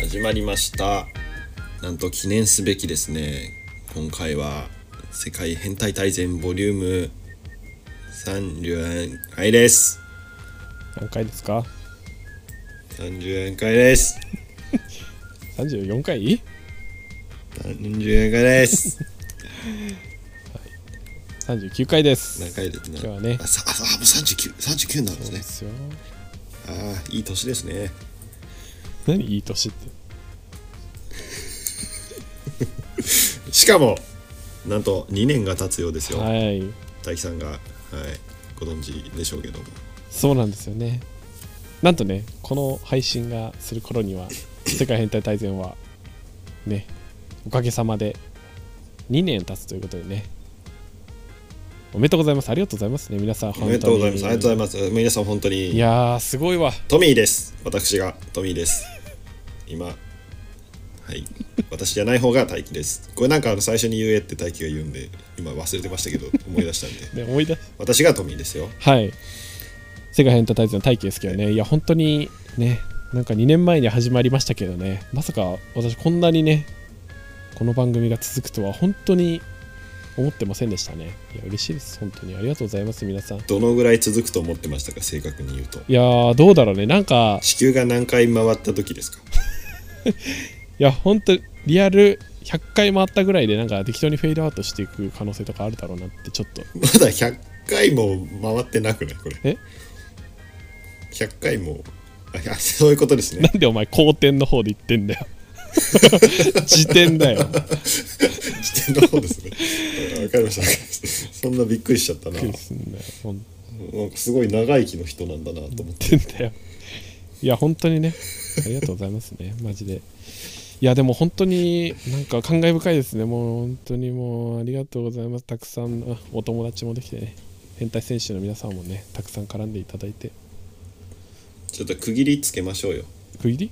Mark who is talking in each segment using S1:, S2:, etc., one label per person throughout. S1: 始まりましたなんと記念すべきですね今回は「世界変態大全ボリューム34回です
S2: 何回ですか
S1: 34回です
S2: ?34 回
S1: 34回です
S2: ?39 回です。
S1: 何回ですな
S2: 今日はね
S1: あさああもう39 39になるんです
S2: そうで
S1: ね
S2: すよ。
S1: ああいい年ですね
S2: 何いい年って。
S1: しかもなんと2年が経つようですよ、
S2: はい。
S1: 大樹さんが、はい、ご存知でしょうけども
S2: そうなんですよね。なんとね、この配信がする頃に は、世界変態大全は、ね、おかげさまで2年経つということでね。おめでとうございます。ありがとうございますね。皆さん、
S1: おめでとうございますありがとう
S2: いま
S1: ございます皆さん本当に
S2: いやー、すごいわ。
S1: トミーです。私がトミーです。今、はい。私じゃない方が大輝です。これなんかあの最初に言えって大輝が言うんで、今忘れてましたけど、思い出したんで。
S2: ね、思い出し
S1: 私がトミーですよ。
S2: はい。世界変態大全の大輝ですけどね、いや、本当にね、なんか2年前に始まりましたけどね、まさか私、こんなにね、この番組が続くとは、本当に思ってませんでしたね。いや、嬉しいです、本当に。ありがとうございます、皆さん。い
S1: どのぐらい続くと思ってましたか、正確に言うと。
S2: やー、どうだろうね、なんか、
S1: 地球が何回回った時ですか
S2: いや、本当、リアル100回回ったぐらいで、なんか適当にフェードアウトしていく可能性とかあるだろうなって、ちょっと。
S1: まだ100回も回ってなくないこれ。
S2: え
S1: ?100 回も。あいやそういうことです
S2: な
S1: ね。
S2: んでお前、後天の方で言ってんだよ。辞典だよ。
S1: 時点の方ですね。わかりましたわかりました。そんなびっくりしちゃったな。
S2: びっくりすんだよ本当
S1: なんかすごい長生きの人なんだなと思って。
S2: ってんだよいや本当にねありがとうございますねマジでいやでも本当になんか感慨深いですねもう本当にもうありがとうございますたくさんあお友達もできてね変態選手の皆さんもねたくさん絡んでいただいて
S1: ちょっと区切りつけましょうよ。
S2: 区切り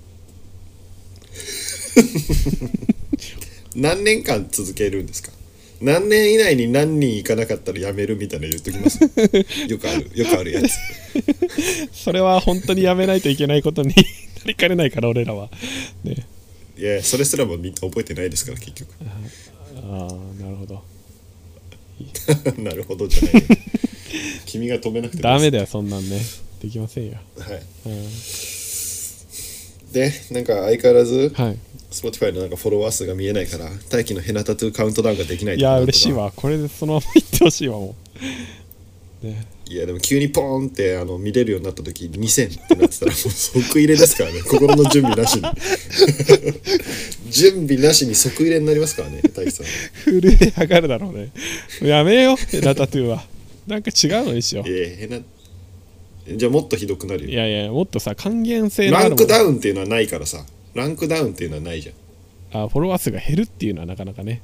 S1: 何年間続けるんですか何年以内に何人行かなかったらやめるみたいなの言っときます よくあるよくあるやつ
S2: それは本当にやめないといけないことに なりかねないから俺らはね
S1: いやそれすらもみんな覚えてないですから結局
S2: ああなるほ ど
S1: なるほどじゃない君が止めなくて
S2: ダメ
S1: だ
S2: だよそんなんねできませんよ、
S1: はい
S2: うん、
S1: でなんか相変わらず
S2: はい
S1: Spotify のなんかフォロワー数が見えないから大輝のヘナタトゥーカウントダウンができない
S2: いや嬉しいわこれでそのままいってほしいわもうね
S1: いやでも急にポーンってあの見れるようになった時2000ってなってたらもう即入れですからね 心の準備なしに 準備なしに即入れになりますからね大 輝さん
S2: 震え上がるだろうねやめようラタトゥーはなんか違うのにしよう
S1: ええ変なじゃあもっとひどくなる
S2: い
S1: よ
S2: やいやもっとさ還元性のあ
S1: ラ
S2: る
S1: ン
S2: もの
S1: クダウンっていうのはないからさランクダウンっていうのはないじゃん
S2: あフォロワー数が減るっていうのはなかなかね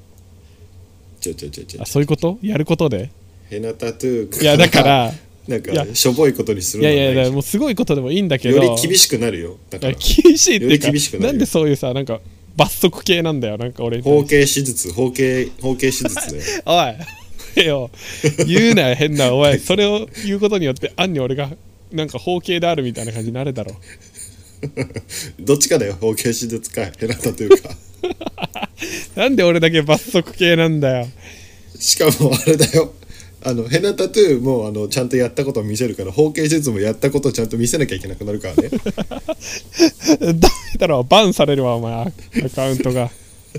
S1: ちょちょちょちょ
S2: あそういうことやること で
S1: ヘナタトゥーか
S2: いやだから
S1: なん
S2: いや
S1: かしょぼいことにす
S2: い
S1: るの
S2: や
S1: はいない
S2: やいや
S1: じゃん
S2: もうすごいことでもいいんだけど
S1: より厳しくなるよだから
S2: いや厳しいっていう
S1: より厳しく
S2: か
S1: なるよ
S2: なんでそういうさなんか罰則系なんだよなんか俺に
S1: 包茎手術包茎包茎手術で
S2: おい ええよ言うなよ変なおいそれを言うことによって暗に俺がなんか包茎であるみたいな感じになるだろう
S1: どっちかだよ包茎手術かヘナタトゥーか
S2: なんで俺だけ罰則系なんだよ
S1: しかもあれだよあのヘナタトゥーもあのちゃんとやったことを見せるから包茎手術もやったことをちゃんと見せなきゃいけなくなるから ね
S2: ダメだろバンされるわお前アカウントが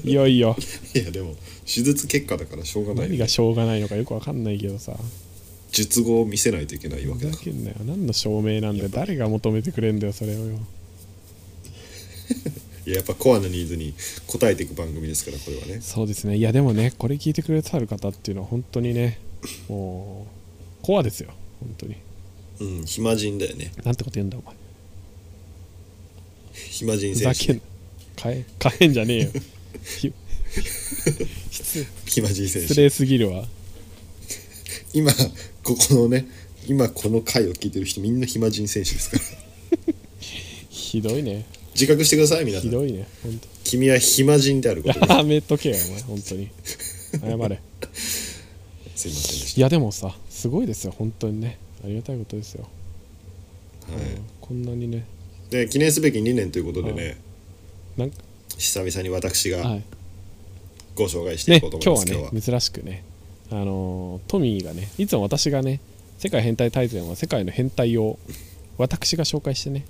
S2: いよいよ
S1: いやでも手術結果だからしょうがない
S2: 何
S1: よ
S2: がしょうがないのかよくわかんないけどさ
S1: 術後を見せないといけないわけ
S2: ふ
S1: だ
S2: ざ
S1: か
S2: けんなよ何の証明なんだよ誰が求めてくれんだよそれをよ
S1: らいややっぱコアなニーズに応えていく番組ですからこれはね
S2: そうですねいやでもねこれ聞いてくれてある方っていうのは本当にねもうコアですよ本当に
S1: うん暇人だよね
S2: なんてこと言うんだお前
S1: 暇人
S2: ふ
S1: 選
S2: ざけ
S1: 手
S2: んな変え変えんじゃねえよひ
S1: 暇人選
S2: 失
S1: 手
S2: 礼すぎるわ
S1: 今ここのね今この回を聞いてる人みんな暇人選手ですから
S2: ひどいね
S1: 自覚してください皆さ
S2: ひ
S1: ん
S2: どいね本
S1: 君は暇人である こと
S2: 当やめとけよお前本当に謝れ
S1: すいませんでし
S2: いやでもさすごいですよ本当にねありがたいことですよ、
S1: た、はい
S2: こんなにね
S1: で記念すべき2年ということでね、
S2: なんか
S1: 久々に私
S2: は
S1: が
S2: い
S1: ご紹介して
S2: ね
S1: いこうと
S2: 今
S1: 思
S2: 日
S1: いま
S2: は
S1: す、今日は
S2: ね珍しくねあのートミーがねいつも私がね世界変態大全は世界の変態を私が紹介してね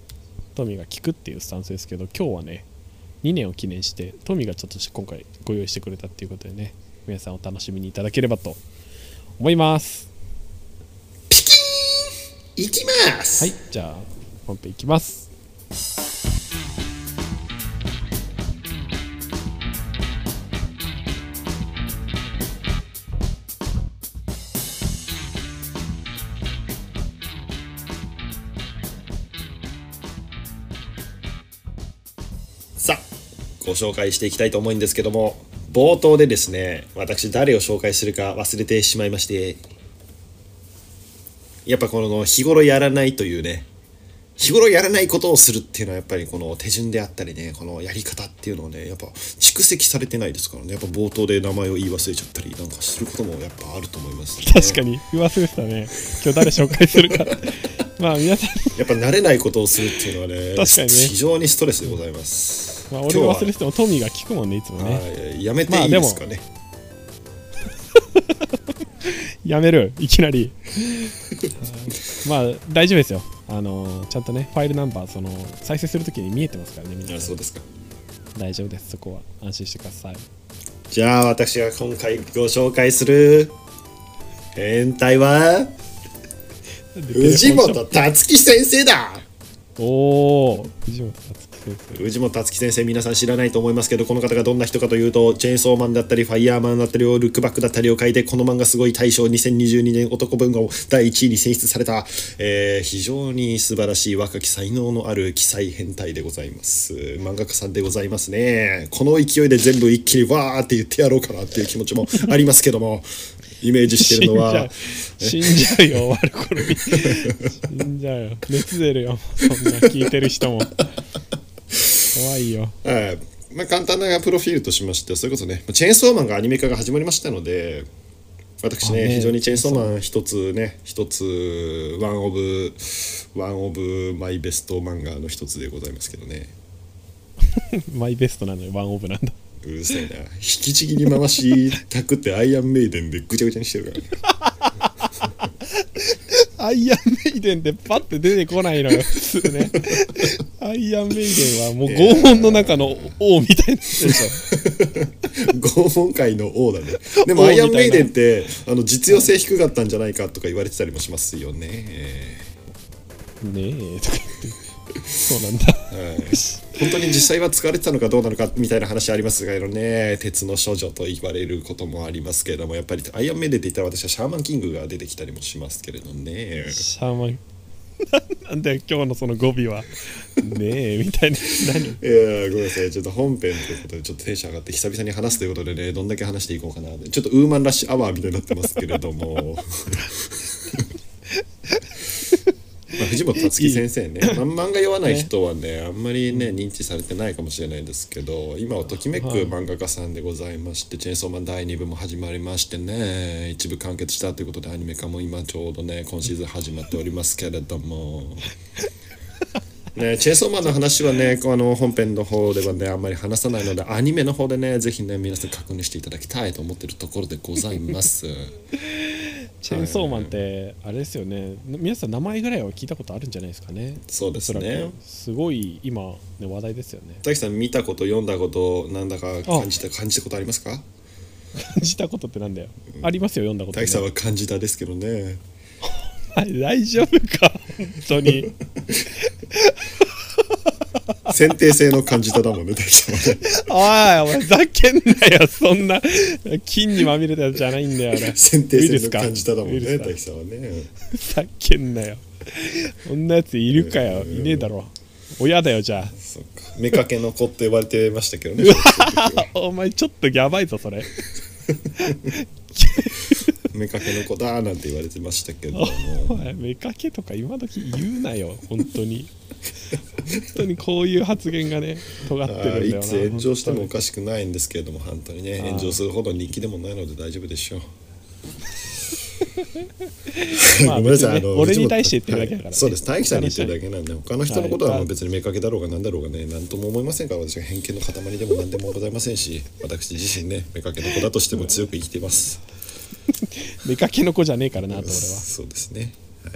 S2: トミーが聞くっていうスタンスですけど今日はね2年を記念してトミーがちょっと今回ご用意してくれたっていうことでね皆さんお楽しみにいただければと思います
S1: ピキーンいきます、
S2: はいじゃあ本編いきます
S1: さあご紹介していきたいと思うんですけども冒頭でですね私誰を紹介するか忘れてしまいましてやっぱこの日頃やらないというね日頃やらないことをするっていうのはやっぱりこの手順であったりねこのやり方っていうのをねやっぱ蓄積されてないですからねやっぱ冒頭で名前を言い忘れちゃったりなんかすることもやっぱあると思います、
S2: 確かに言わせてたね今日誰紹介するか まあ皆さん
S1: やっぱ慣れないことをするっていうのはね
S2: 確かにね
S1: 非常にストレスでございます、
S2: まあ、
S1: 今日
S2: 俺
S1: は
S2: が忘れててもトミーが聞くもんねいつもね
S1: はいやめていいですかね、
S2: やめるい きなりまあ大丈夫ですよあのちゃんとねファイルナンバーその再生するときに見えてますからねみんな
S1: あそうですか
S2: 大丈夫ですそこは安心してください
S1: じゃあ私が今回ご紹介する変態は藤本達樹先生だ
S2: おお藤本さつき先生
S1: 藤本達樹先生皆さん知らないと思いますけどこの方がどんな人かというとチェーンソーマンだったりファイヤーマンだったりをルックバックだったりを書いてこの漫画すごい大賞2022年男文豪第1位に選出された、えー非常に素晴らしい若き才能のある奇才変態でございます漫画家さんでございますねこの勢いで全部一気にわーって言ってやろうかなっていう気持ちもありますけどもイメージしてるの は
S2: 死んじゃう死んじゃうよ終わる頃に死んじゃうよ熱出るよもうそんな聞いてる人も怖いよ
S1: はいまあ、簡単なプロフィールとしましてそれこそねチェーンソーマンがアニメ化が始まりましたので私ね
S2: あね
S1: 非常にチェーンソーマン一つね一つワンオブワンオブマイベスト漫画の一つでございますけどね
S2: マイベストなのよワンオブなんだ
S1: うるさいな引きちぎり回したくってアイアンメイデンでぐちゃぐちゃにしてるからね
S2: アイアンメイデンでパッて出てこないのよ普通 ねアイアンメイデンはもう拷問の中の王みたいなやつでしょ
S1: 拷問界の王だねでも
S2: 王
S1: ア
S2: み
S1: イ
S2: た
S1: ア
S2: い
S1: ン
S2: な
S1: メイデンってあの実用性低かったんじゃないかとか言われてたりもしますよね
S2: ねえとか言ってそうなんだ
S1: 本当に実際は使われてたのかどうなのかみたいな話ありますがね鉄の少女と言われることもありますけれどもやっぱりアイアンメイデンって言ったら私はシャーマンキングが出てきたりもしますけれどね
S2: シャーマンなんなんだよ今日のその語尾はねえみたいな何
S1: いやーごめんなさいちょっと本編ということでちょっとテンション上がって久々に話すということでねどんだけ話していこうかなってちょっとウーマンラッシュアワーみたいになってますけれども まあ藤本達樹先生ねまあ漫画読まない人はねあんまりね認知されてないかもしれないですけど今はときめく
S2: はい
S1: 漫画家さんでございまして「チェーンソーマン」第2部も始まりましてね一部完結したということでアニメ化も今ちょうどね今シーズン始まっておりますけれども。ね、チェーンソーマンの話はね、こうあの本編の方ではね、あんまり話さないので、アニメの方でね、ぜひね、皆さん確認していただきたいと思ってるところでござい ます。
S2: チェーンソーマンってあれですよね皆さん名前ぐらいは聞いたことあるんじゃないですかね
S1: そうです
S2: おそら
S1: ね
S2: く。すごい今、ね、話題ですよ ね
S1: 滝さん、見たこと、読んだこと、なんだか感じた、感じたことありますか
S2: 感じたことってなんだよ、ありますよ読んだこと、ね
S1: 滝、さんは感じたですけどね。
S2: はい大丈夫か本当に
S1: 選定性の感じただもんね、滝さんは ね。
S2: おい、お前、ふざけんなよ、そんな、金にまみれたやつじゃないんだよ、俺。
S1: 選定
S2: ウイ
S1: 性
S2: ルス
S1: の
S2: か
S1: 感じただもん
S2: ウイル
S1: ね、
S2: スか
S1: 滝さんはね。
S2: ふざけんなよ。そんなやついるかよ、いねえだろ。親だよ、じゃ
S1: そっか。目かけの子って呼ばれてましたけど ね。
S2: あ。お前、ちょっとやばいぞ、それ。
S1: 目かけの子だーなんて言われてましたけども。
S2: お前、目かけとか今時言うなよ、本当に。本当にこういう発言がね、尖ってるんだよ
S1: い
S2: な。
S1: つ炎上してもおかしくないんですけれども本当にね炎上するほど人気でもないので大丈夫でしょう
S2: まあ
S1: ごめんなさい、あ
S2: 別にね
S1: の
S2: 俺に対して言ってるだけだから
S1: は
S2: ね
S1: いそうです大輝さんに言ってるだけなんで他の人のことはまあ別に目かけだろうが何だろうがね何とも思いませんから私は偏見の塊でも何でもございませんし私自身ね目かけの子だとしても強く生きています
S2: 出かけの子じゃねえからなと俺は
S1: そうですねはい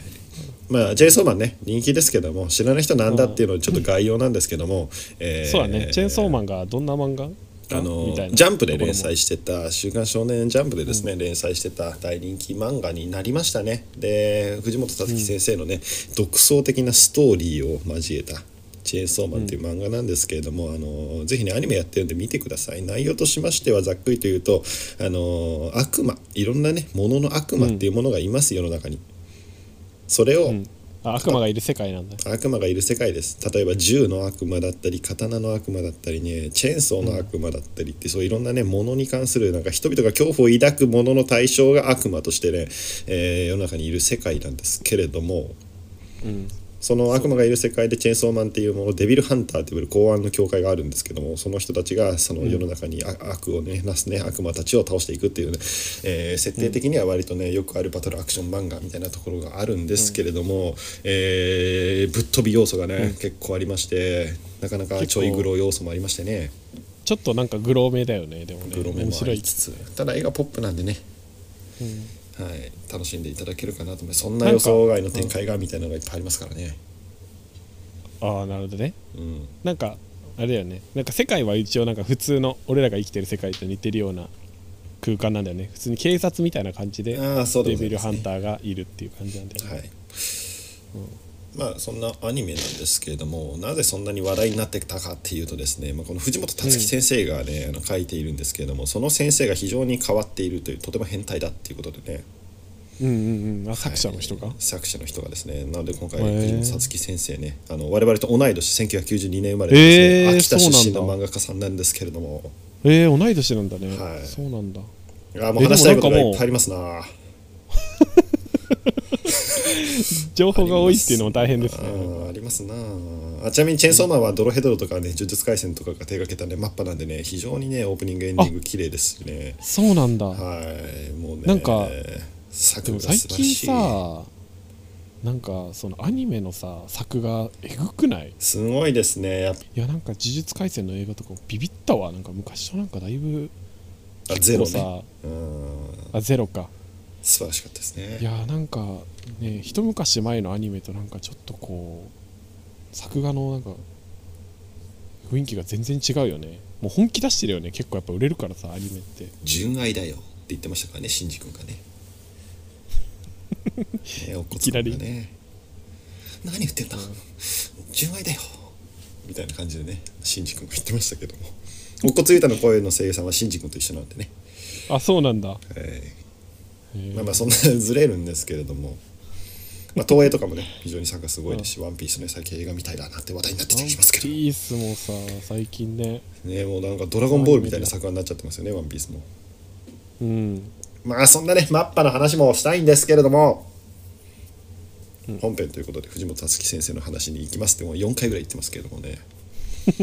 S1: まあ、ジェイソーマンね人気ですけども知らない人なんだっていうのはちょっと概要なんですけども、えー
S2: そうだねチェーンソーマンがどんな漫画
S1: あの
S2: みたいな
S1: ジャンプで連載してた「週刊少年ジャンプ」でですね、連載してた大人気漫画になりましたねで藤本達樹先生のね、独創的なストーリーを交えた「チェーンソーマン」っていう漫画なんですけれども、あのぜひねアニメやってるんで見てください内容としましてはざっくりというとあの悪魔いろんなねものの悪魔っていうものがいます、世の中にそれを、
S2: うんあ悪魔がいる世界なんだ
S1: 悪魔がいる世界です例えば銃の悪魔だったり刀の悪魔だったりねチェーンソーの悪魔だったりって、そういろんなねものに関するなんか人々が恐怖を抱くものの対象が悪魔としてね、えー世の中にいる世界なんですけれども
S2: うん
S1: その悪魔がいる世界でチェーンソーマンっていうものデビルハンターっていう公安の教会があるんですけどもその人たちがその世の中にあ悪をねなすね悪魔たちを倒していくっていうね、えー設定的には割とねよくあるバトルアクション漫画みたいなところがあるんですけれども、えーぶっ飛び要素がね、結構ありましてなかなかちょいグロ要素もありましてね
S2: ちょっとなんかグローめだよねでもね
S1: グロめ
S2: 面
S1: もあ
S2: 白い
S1: りつつただ絵がポップなんでね、はい、楽しんでいただけるかなと思いますそんな
S2: なん
S1: 予
S2: か
S1: 想外の展開がみたいなのがいっぱいありますからね。
S2: ああなるほどね
S1: うん
S2: なんかあれだよねなんか世界は一応なんか普通の俺らが生きてる世界と似てるような空間なんだよね普通に警察みたいな感じで
S1: ああそうで
S2: デ
S1: ござ
S2: ビ
S1: い
S2: ル
S1: ます
S2: ハ
S1: ね
S2: ンターがいるっていう感じなんだよね、
S1: はい、まあそんなアニメなんですけれどもなぜそんなに話題になってたかっていうとですね、まあ、この藤本達樹先生がね、あの書いているんですけれどもその先生が非常に変わっているというとても変態だっていうことでね
S2: うんうんうんあ作者の人か、
S1: はい作者の人がですねなので今回
S2: へー
S1: 藤本さつき先生ねあの我々と同い年1992年生まれのですね
S2: えー
S1: 秋田出身
S2: そ
S1: の
S2: うなん
S1: 漫画家さんなんですけれども
S2: えー、同い年なんだね、
S1: はい
S2: そうなんだ
S1: あーもう話したいことがいっぱいありますな
S2: 情報が多いっていうのも大変です
S1: あ
S2: ね
S1: ーありますなあちなみにチェーンソーマンはドロヘドロとかね呪術廻戦とかが手がけたねマッパなんでね非常にねオープニングエンディング綺麗ですしね
S2: そうなんだ、
S1: はいもうね
S2: なんかで
S1: 作
S2: も
S1: が
S2: 最
S1: 素晴ら
S2: 近
S1: しい
S2: さなんかそのアニメのさ作画えぐくない
S1: すごいですねやっぱ
S2: いやなんか呪術廻戦の映画とかもビビったわなんか昔となんかだいぶ
S1: あゼロ
S2: 結
S1: ねう
S2: 構
S1: ん
S2: さあゼロか
S1: 素晴らしかったです
S2: い
S1: ね
S2: やーなんかね一昔前のアニメとなんかちょっとこう作画のなんか雰囲気が全然違うよねもう本気出してるよね結構やっぱ売れるからさアニメって
S1: 純愛だよって言ってましたからねシンジ君が ねねおっこつくんが
S2: いきな
S1: ね何言ってんだ純愛だよみたいな感じでねシンジ君が言ってましたけどもおっこつゆたの声の声優さんはシンジ君と一緒なんでね、
S2: あそうなんだ
S1: はい
S2: へー
S1: まあまあそんなずれるんですけれども、まあ、東映とかもね非常に作がすごいですし「ワンピースね最近映画みたいだなって話題になってたりしますけど
S2: ピースもさ最近ね
S1: ねもうなんか「ドラゴンボール」みたいな作画になっちゃってますよね「ワンピースも
S2: うん
S1: まあそんなねマッパの話もしたいんですけれども、本編ということで藤本たつき先生の話に行きますってもう4回ぐらい言ってますけれどもね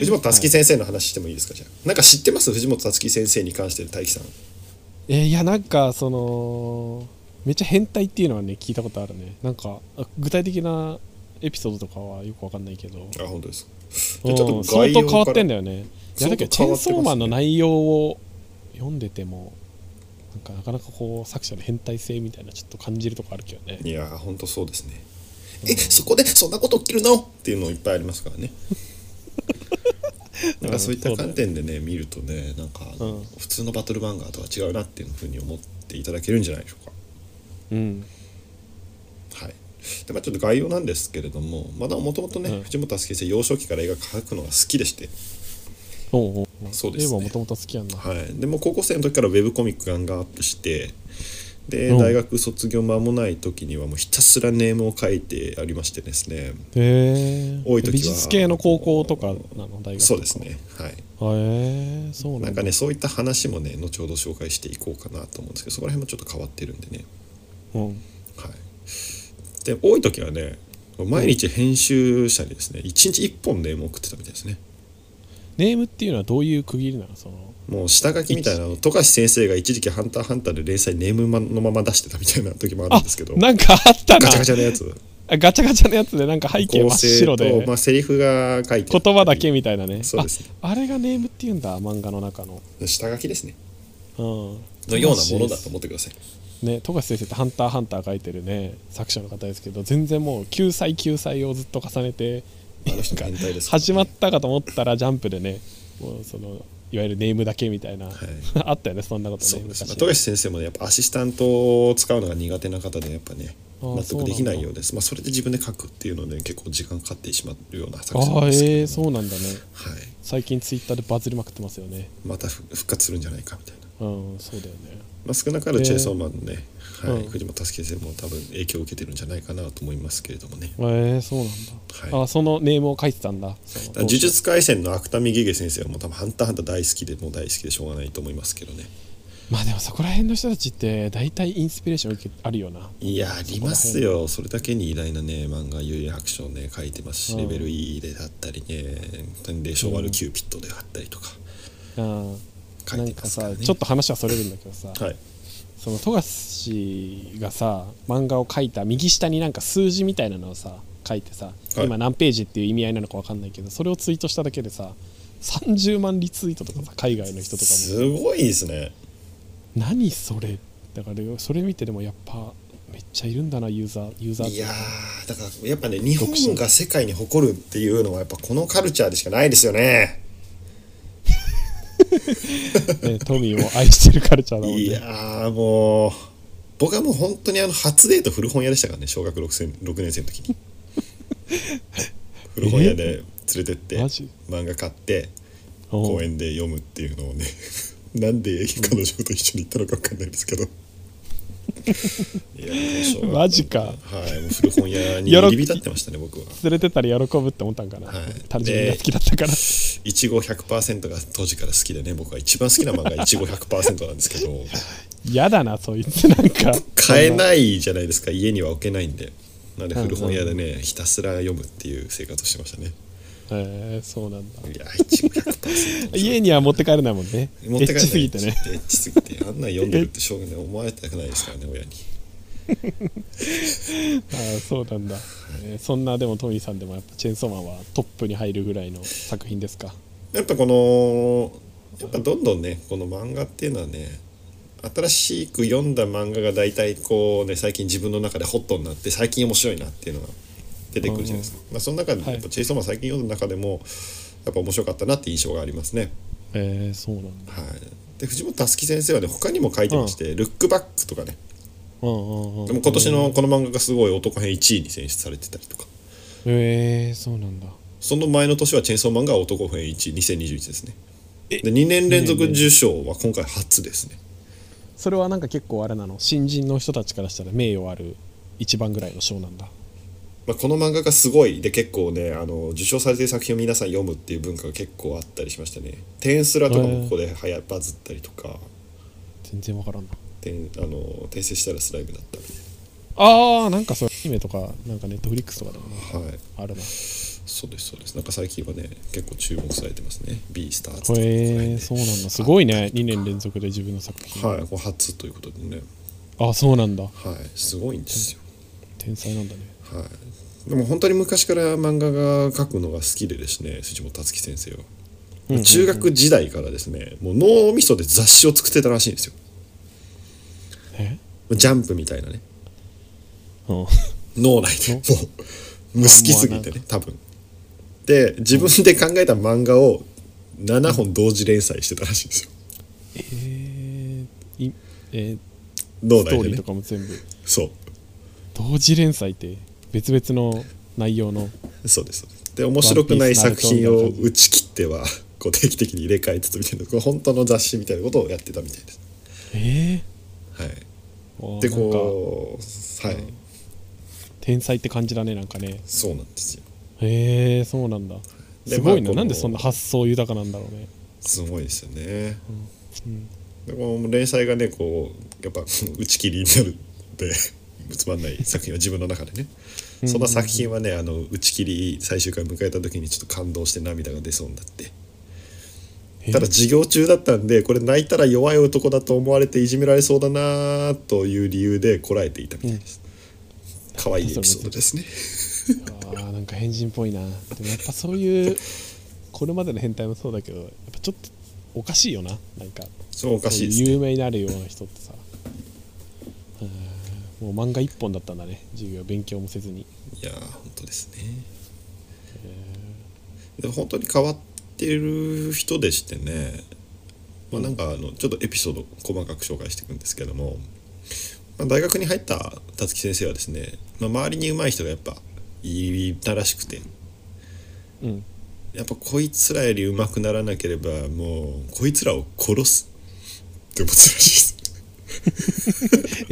S1: 藤本たつき先生の話してもいいですかじゃあなんか知ってます藤本たつき先生に関して大樹さん
S2: えーいやなんかそのめっちゃ変態っていうのはね聞いたことあるねなんかあ具体的なエピソードとかはよくわかんないけど
S1: あ本当です
S2: うん
S1: ちょっと
S2: 相
S1: 概
S2: 当
S1: 要
S2: 変わってん
S1: よ
S2: だよねいやだけどチ
S1: 相当変わってま
S2: ェーン
S1: すね
S2: ソーマンの内容を読んでてもなんかなかなかこう作者の変態性みたいなちょっと感じるとこあるけどね
S1: いやー本当そうですねえそこでそんなこと起きるのっていうのいっぱいありますからね なんかそういった観点でね見るとねなんかあの
S2: うん
S1: 普通のバトル漫画とは違うなっていうふうに思っていただけるんじゃないでしょうか
S2: うん
S1: はいでまあ、ちょっと概要なんですけれどもまだもともとね、
S2: うん
S1: 藤本助先生幼少期から映画描くのが好きでして、
S2: おうおう
S1: そうですね
S2: もともと好きやんな
S1: はい、でもう高校生の時からウェブコミックガンガンアップしてで
S2: うん
S1: 大学卒業間もない時にはもうひたすらネームを書いてありましてですね
S2: へえ
S1: 多い時は
S2: 美術系の高校とかなの大学とか
S1: そうですねはい
S2: へえそうなんだ
S1: なんかねそういった話もね後ほど紹介していこうかなと思うんですけどそこら辺もちょっと変わってるんでね
S2: うん
S1: はいで多い時はね毎日編集者にですね1日1本ネームを送ってたみたいですね
S2: ネームっていうのはどういう区切りなのその
S1: もう下書きみたいなの富樫先生が一時期「ハンターハンター」で連載ネームのまま出してたみたいな時もあるんですけど
S2: なんかあった
S1: ガ
S2: な
S1: チャガチャのや つ
S2: あガチャガチャのやつでなんか背景真っ白
S1: 構成
S2: で
S1: と、まあ、セリフが書いてあったり
S2: 言葉だ けみたいなね
S1: そうですね
S2: ああれがネームっていうんだ漫画の中の、
S1: 下書きですね
S2: うん、
S1: のようなものだと思ってください
S2: ね富樫先生って「ハンターハンター」書いてるね作者の方ですけど全然もう救済救済をずっと重ねて
S1: あの人変態ですからね
S2: 始まったかと思ったらジャンプでねもうそのいわゆるネームだけみたいな、 あったよねそんなことね
S1: そうですねまあ
S2: 昔
S1: 富樫先生もねやっぱアシスタントを使うのが苦手な方でやっぱね
S2: あー
S1: 納
S2: そう
S1: 得
S2: なんだ
S1: できないようですまあそれで自分で書くっていうので、結構時間かかってしまうような作品
S2: ああ
S1: です
S2: ええ
S1: けど
S2: そうなんだね
S1: はい
S2: 最近ツイッターでバズりまくってますよね
S1: また復復活するんじゃないかみたいな、
S2: うんそうだよね
S1: まあ、少なからずチェーンソーマンのね、はい
S2: うん
S1: 藤本助先生も多分影響を受けてるんじゃないかなと思いますけれどもね、
S2: ええそうなんだ、
S1: はい
S2: あそのネームを書いてたんだその
S1: だから呪術廻戦の芥見ゲゲ先生はもう多分「ハンターハンター」大好きでもう大好きでしょうがないと思いますけどね
S2: まあでもそこら辺の人たちって大体インスピレーション受けあるよない
S1: やありますよそれだけに偉大なね漫画「幽霊白書」をね書いてますし、
S2: うん
S1: レベル E でだったりね「天霊昭和のキューピット」であったりとか
S2: うん
S1: 書
S2: ないん
S1: て
S2: か
S1: ますから
S2: さ
S1: ね
S2: ちょっと話はそれるんだけどさ、
S1: はい
S2: その富樫がさ漫画を書いた右下になんか数字みたいなのをさ書いてさ、
S1: はい
S2: 今何ページっていう意味合いなのか分かんないけどそれをツイートしただけでさ30万リツイートとかさ海外の人とかも
S1: すごいですね
S2: 何それだからそれ見てでもやっぱめっちゃいるんだなユーザーユーザーって
S1: いやーだからやっぱね日本が世界に誇るっていうのはやっぱこのカルチャーでしかないですよね
S2: ねトミーを愛してるカルチャーだもんね
S1: いやーもう僕はもう本当にあの初デート古本屋でしたからね小学 6, 生6年生の時 に古本屋で連れてって
S2: マジ
S1: 漫画買って
S2: うん
S1: 公園で読むっていうのをね なんで彼女と一緒に行ったのか分かんないです けどいやーもう小学校
S2: マジか
S1: はいもう古本屋に
S2: よろ
S1: 入り浸ってましたね僕は
S2: 連れてったら喜ぶって思ったんかな、
S1: はい
S2: 単純に好きだったから
S1: いちご100%が当時から好きでね僕は一番好きな漫画いちご100%なんですけど
S2: 嫌だなそいつなんか
S1: 買えないじゃないですか家には置けないんでなんで古本屋でねひたすら読むっていう生活をしてましたね
S2: えー、そうなんだ
S1: いやいちご100%
S2: 家には持って帰れないもんね
S1: 持って
S2: エッ
S1: 帰
S2: チすぎて ね
S1: エッチすぎてあんなん読んでるってしょうがない思われたくないですからね親に
S2: あーそうなんだ、えーそんなでもトミーさんでもやっぱチェーンソーマンはトップに入るぐらいの作品ですか
S1: やっぱこのやっぱどんどんねこの漫画っていうのはね新しく読んだ漫画が大体こうね最近自分の中でホットになって最近面白いなっていうのが出てくるじゃないですか、まあ、その中で
S2: はい
S1: やっぱチェイソーマン最近読んだ中でもやっぱ面白かったなって印象がありますね。
S2: えー、そうなんだ
S1: はい、で藤本佑樹先生はね他にも書いてまして「ルックバック」とかね
S2: うんうんうん
S1: でも今年のこの漫画がすごい男編1位に選出されてたりとか
S2: えー、そうなんだ
S1: その前の年はチェーンソーマンが男編1位2021ですねで2年連続受賞は今回初ですね
S2: それはなんか結構あれなの新人の人たちからしたら名誉ある一番ぐらいの賞なんだ
S1: まあ、この漫画がすごいで結構ねあの受賞されてる作品を皆さん読むっていう文化が結構あったりしましたね「テンスラ」とかもここではやバズったりとか
S2: 全然わからんな
S1: 「てんあの転生したらスライム」だったり、
S2: あーなんかそうアニメとかなんかネットフリックスとかでもなんか
S1: はい、
S2: あるな
S1: そうですそうですなんか最近はね結構注目されてますね「ビースターズ」とかこの
S2: へ
S1: 辺
S2: え
S1: で
S2: そうなんだすごいね2年連続で自分の作品、
S1: はいこれ初ということでね
S2: あそうなんだ
S1: はいすごいんですよ
S2: 天才なんだね
S1: はいでも本当に昔から漫画が描くのが好きでですね藤本つ樹先生は、
S2: うんうんうん
S1: 中学時代からですねもう脳みそで雑誌を作ってたらしいんですよ
S2: え
S1: ジャンプみたいなね
S2: うん
S1: 脳内でもうもう好きすぎてね多分で自分で考えた漫画を7本同時連載してたらしいんですよ
S2: えーいえー
S1: 脳
S2: ストー
S1: 内
S2: リ
S1: で
S2: ー
S1: ね
S2: とかも全部
S1: そう
S2: 同時連載って別々の内容の
S1: そうですそうですで面白くない
S2: ワン
S1: 作
S2: ピース
S1: 品
S2: ナルトみた
S1: を
S2: いな感じ
S1: 打ち切ってはこう定期的に入れ替えつつみたいなこれ本当の雑誌みたいなことをやってたみたいです
S2: え
S1: はい
S2: ー、
S1: で
S2: なんか
S1: こうはい
S2: 天才って感じだねなんかね
S1: そうなんですよ
S2: へえー、そうなんだ
S1: です
S2: ごい
S1: まあ
S2: な、
S1: この
S2: なんでそんな発想豊かなんだろうね
S1: すごいですよね
S2: うん
S1: でこう連載がねこうやっぱ 打ち切りになるんで つまんない作品は自分の中でねそんな作品はねあの打ち切り最終回迎えた時にちょっと感動して涙が出そうになって
S2: え
S1: ただ授業中だったんでこれ泣いたら弱い男だと思われていじめられそうだなという理由でこらえていたみたいです、可愛いエピソードですね
S2: あーなんか変人っぽいなでもやっぱそういうこれまでの変態もそうだけどやっぱちょっとおかしいよななんか
S1: そうおかしいです
S2: そう
S1: ね
S2: 有名になるような人ってさうーんもう漫画一本だったんだね授業勉強もせずに
S1: いやー本当ですねでも本当に変わってる人でしてねまあなんかあのちょっとエピソード細かく紹介していくんですけども、まあ、大学に入った辰木先生はですね、まあ、周りに上手い人がやっぱいたらしくて
S2: うん
S1: やっぱこいつらより上手くならなければもうこいつらを殺すって思ってた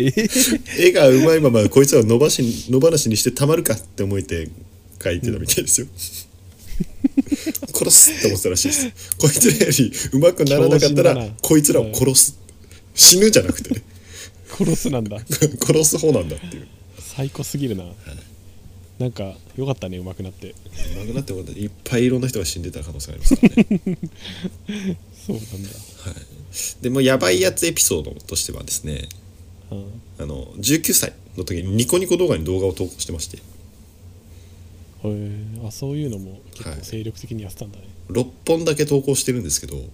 S1: らしいです
S2: え
S1: 絵が上手いままこいつらを伸ばし 野放しにしてたまるかって思って書いてたみたいですよ、殺すって思ってたらしいですこいつらより上手くならなかった
S2: 強靭だ
S1: ら
S2: な
S1: こいつらを殺す、死ぬじゃなくてね
S2: 殺すなんだ
S1: 殺す方なんだっていう
S2: 最高すぎるななんか良かったね上手くなって
S1: 上手くなってことでいっぱいいろんな人が死んでた可能性がありますから ね
S2: そうなんだ、
S1: でもうやばいやつエピソードとしてはですね
S2: うん、
S1: あの19歳の時にニコニコ動画に動画を投稿してまして
S2: へーあそういうのも結構精力的にやってたんだね、
S1: 6本だけ投稿してるんですけど、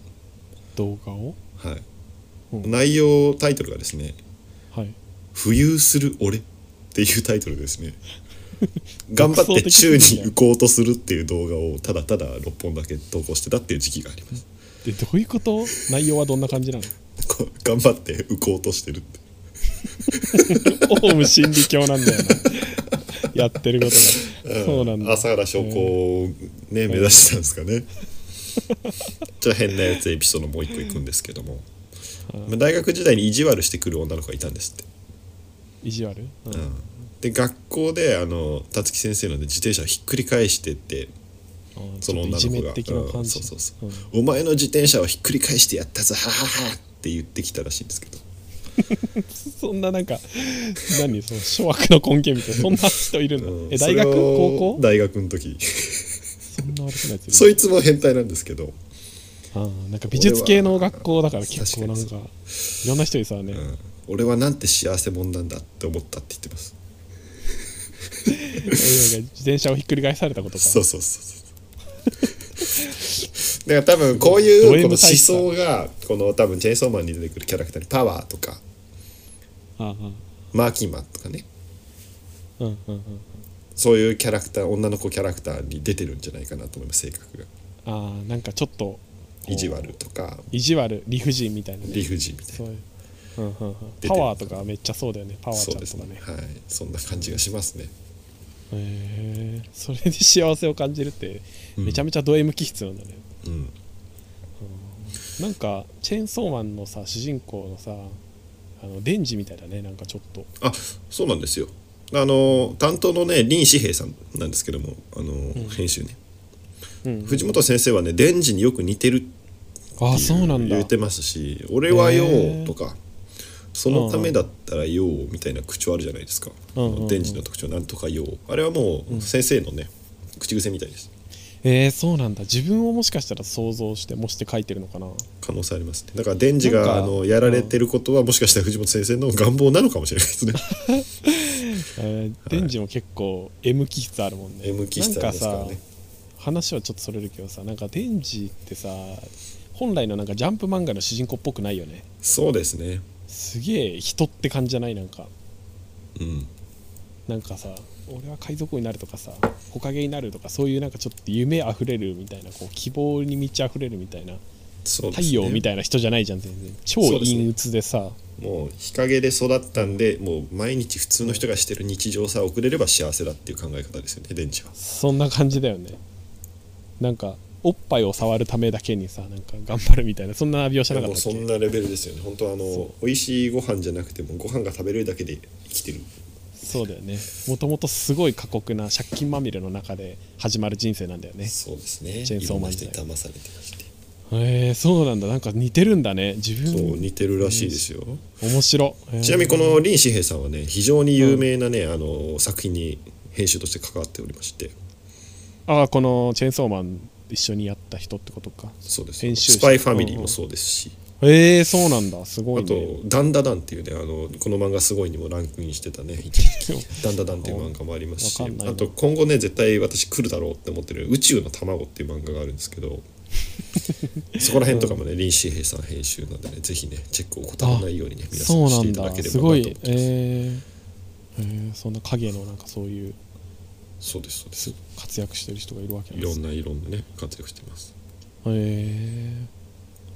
S2: 動画を
S1: はい
S2: うん
S1: 内容タイトルがですね
S2: はい
S1: 「浮遊する俺」っていうタイトルでです ね頑張って宙に浮こうとするっていう動画をただただ6本だけ投稿してたっていう時期があります
S2: でどういうこと内容はどんな感じなの
S1: こう頑張って浮こうとしてるって
S2: オウム真理教なん だよなやってることが、そうなんだ
S1: 朝原将校をね、目指してたんですかねちょっと変なやつエピソードもう一個いくんですけども、まあ大学時代に意地悪してくる女の子がいたんですって
S2: 意地悪、うんあ
S1: で学校であの辰木先生のね自転車をひっくり返してって
S2: ー
S1: そ
S2: ちょ
S1: の
S2: っ
S1: 女
S2: と
S1: の
S2: いじめ
S1: 子が
S2: 的な感じ、
S1: うんそうそうそう
S2: うん
S1: 「お前の自転車をひっくり返してやったぞははは」って言ってきたらしいんですけど
S2: そんななんか何その諸悪の根拠みたいなそんな人いるの、
S1: うん
S2: え大学
S1: それを
S2: 高校
S1: 大学の時
S2: そんな悪くないやついる
S1: そいつも変態なんですけど、
S2: あーなんか美術系の学校だから結構
S1: 俺
S2: な
S1: は
S2: んかいろんな人いそうだね、
S1: うん、俺はなんて幸せ者なんだって思ったって言ってます
S2: えーなんか自転車をひっくり返されたことか
S1: そうそうそうそう だから多分こういう
S2: ド M
S1: この思
S2: 体質だ
S1: 想がこの多分チェーンソーマンに出てくるキャラクターにパワーとか
S2: あー
S1: マーキーマンとかね
S2: あーうんうんうん
S1: そういうキャラクター女の子キャラクターに出てるんじゃないかなと思います性格が
S2: あーなんかちょっとこう
S1: 意地悪とか
S2: 意地悪理不尽みたいなね
S1: 理不尽みたい
S2: そういう、うんうんうん、
S1: てる
S2: パワーとかめっちゃそうだよねパ
S1: な
S2: ワー
S1: そう
S2: ちゃん
S1: です
S2: とか
S1: ね
S2: ね
S1: はいそんな感じがしますね
S2: へえそれで幸せを感じるって
S1: うん
S2: めちゃめちゃド M 気質なんだね、
S1: うん
S2: なんかチェーンソーマンのさ主人公のさあのデンジみたいだねなんかちょっと
S1: あそうなんですよあの担当のね林志平さんなんですけどもあの、編集ね
S2: うん
S1: 藤本先生はね「デンジによく似てる」
S2: あ
S1: って
S2: そうなんだ
S1: 言ってますし「俺はよ
S2: へー」
S1: とか「そのためだったらよ」みたいな口調あるじゃないですか「
S2: うんうんうん
S1: デンジの特徴なんとかよ」あれはもう先生のね、口癖みたいです
S2: えー、そうなんだ自分をもしかしたら想像して模して書いてるのかな
S1: 可能性ありますねだからデンジ
S2: なん
S1: が
S2: か
S1: あのやられてることはもしかしたら藤本先生の願望なのかもしれない ですね
S2: えーデンジも結構 M 気質あるもんね
S1: M 気質ありますからね
S2: 話はちょっとそれるけどさなんかデンジってさ本来のなんかジャンプ漫画の主人公っぽくないよね
S1: そうですね
S2: すげえ人って感じじゃないなんか
S1: うん
S2: なんかさ俺は海賊王になるとかさ木陰になるとかそういうなんかちょっと夢あふれるみたいなこう希望に満ちあふれるみたいな
S1: そうです
S2: 太
S1: ね
S2: 陽みたいな人じゃないじゃん全然超
S1: そうですね
S2: 陰鬱でさ
S1: もう日陰で育ったんでもう毎日普通の人がしてる日常さえ送れれば幸せだっていう考え方ですよね電池は
S2: そんな感じだよねなんかおっぱいを触るためだけにさなんか頑張るみたいなそんな描写なかっ
S1: もう
S2: たっ
S1: そん
S2: け
S1: なレベルですよね本当はあの美味しいご飯じゃなくてもご飯が食べれるだけで生きてる
S2: そうだよねもともとすごい過酷な借金まみれの中で始まる人生なんだよね
S1: そうですね
S2: チェーン
S1: い
S2: ソー
S1: ろん
S2: マ
S1: な
S2: ン
S1: 人に騙されてまして
S2: へえそうなんだなんか似てるんだね自
S1: そう
S2: 分
S1: 似てるらしいですよ
S2: 面白いへ え
S1: ちなみにこの林志平さんはね非常に有名なね、あの作品に編集として関わっておりまして
S2: ああこのチェーンソーマン一緒にやった人ってことか
S1: そうです
S2: 編集者
S1: スパイファミリーもそうですし、
S2: えー、そうなんだすご
S1: あ
S2: いね
S1: と「ダンダダン」っていうねあのこの漫画すごいにもランクインしてた ね一時期「ダンダダン」っていう漫画もありますし
S2: わかんないな
S1: あと今後ね絶対私来るだろうって思ってる「宇宙の卵」っていう漫画があるんですけ どそこら辺とかもね林志平さん編集なんでねぜひねチェックを怠らないようにね皆さ
S2: そ
S1: ん
S2: う
S1: し
S2: な
S1: て
S2: ん
S1: いただけ
S2: だ
S1: れ
S2: す
S1: ばなと思っ
S2: ご
S1: て
S2: い
S1: ます
S2: えーえーそんな影のなんかそういう
S1: そうですそうです
S2: す活躍してる人がいるわけなん
S1: い
S2: で
S1: ろ
S2: す
S1: ん
S2: ね
S1: ないろんなね活躍してます
S2: へえ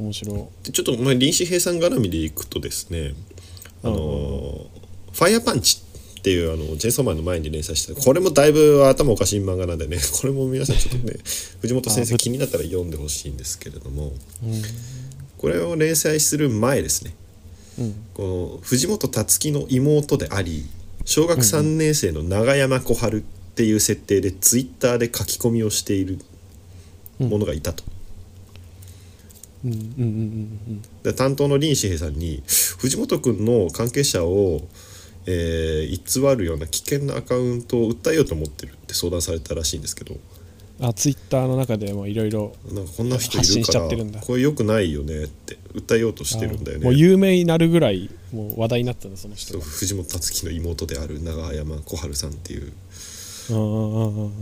S2: ー、面白い
S1: でちょっとまあ林志平さん絡みでいくとですね「あのファイヤーパンチ」っていうあのジェイソンマンの前に連載したこれもだいぶ頭おかしい漫画なんでねこれも皆さんちょっとね藤本先生
S2: あ
S1: 気になったら読んでほしいんですけれども
S2: うん
S1: これを連載する前ですね
S2: うん
S1: この藤本辰樹の妹であり小学3年生の永山小春っていう設定でツイッターで書き込みをしているものがいたと。
S2: うんうんうんうん
S1: で担当の林志平さんに藤本君の関係者を、えー偽るような危険なアカウントを訴えようと思ってるって相談されたらしいんですけど
S2: うんあツイッターの中でもいろいろ
S1: なんかこんな人い
S2: 発
S1: る
S2: 信しち
S1: か
S2: ゃってるん
S1: ら
S2: だ
S1: これ良くないよねって訴えようとしてるんだよ
S2: もう
S1: ね。
S2: 有名になるぐらいもう話題になってたのその人
S1: そう
S2: が
S1: 藤本辰樹の妹である永山小春さんっていう
S2: うんうんうんうんうん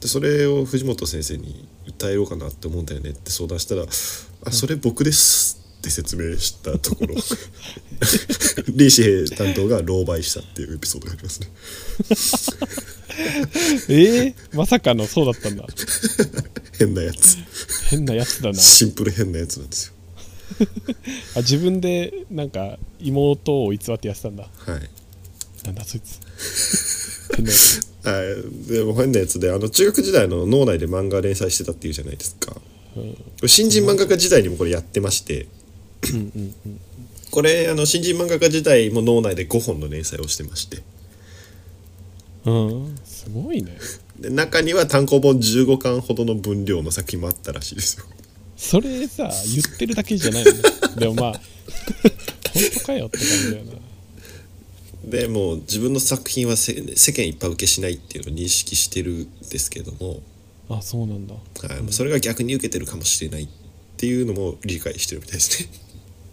S1: でそれを藤本先生に訴えようかなって思うんだよねって相談したら「あそれ僕です」って説明したところ 林志平担当が狼狽したっていうエピソードがありますね。
S2: ええまさかのそうだったんだ
S1: 変なやつ
S2: 変なやつ だな
S1: シンプル変なやつなんですよ
S2: あ自分でなんか妹を偽ってやってたんだ
S1: はい
S2: なんだそいつ変なやつ
S1: あでも変なやつであの中学時代の脳内で漫画連載してたっていうじゃないですか新人漫画家時代にもこれやってましてこれあの新人漫画家時代も脳内で5本の連載をしてまして
S2: うんすごいね
S1: で中には単行本15巻ほどの分量の作品もあったらしいですよ
S2: それさ言ってるだけじゃないよね でもまあ本当かよって感じだよな
S1: でもう自分の作品はせ世間一般受けしないっていうのを認識してるんですけども
S2: あそうなんだ
S1: あのそれが逆に受けてるかもしれないっていうのも理解してるみたいです ね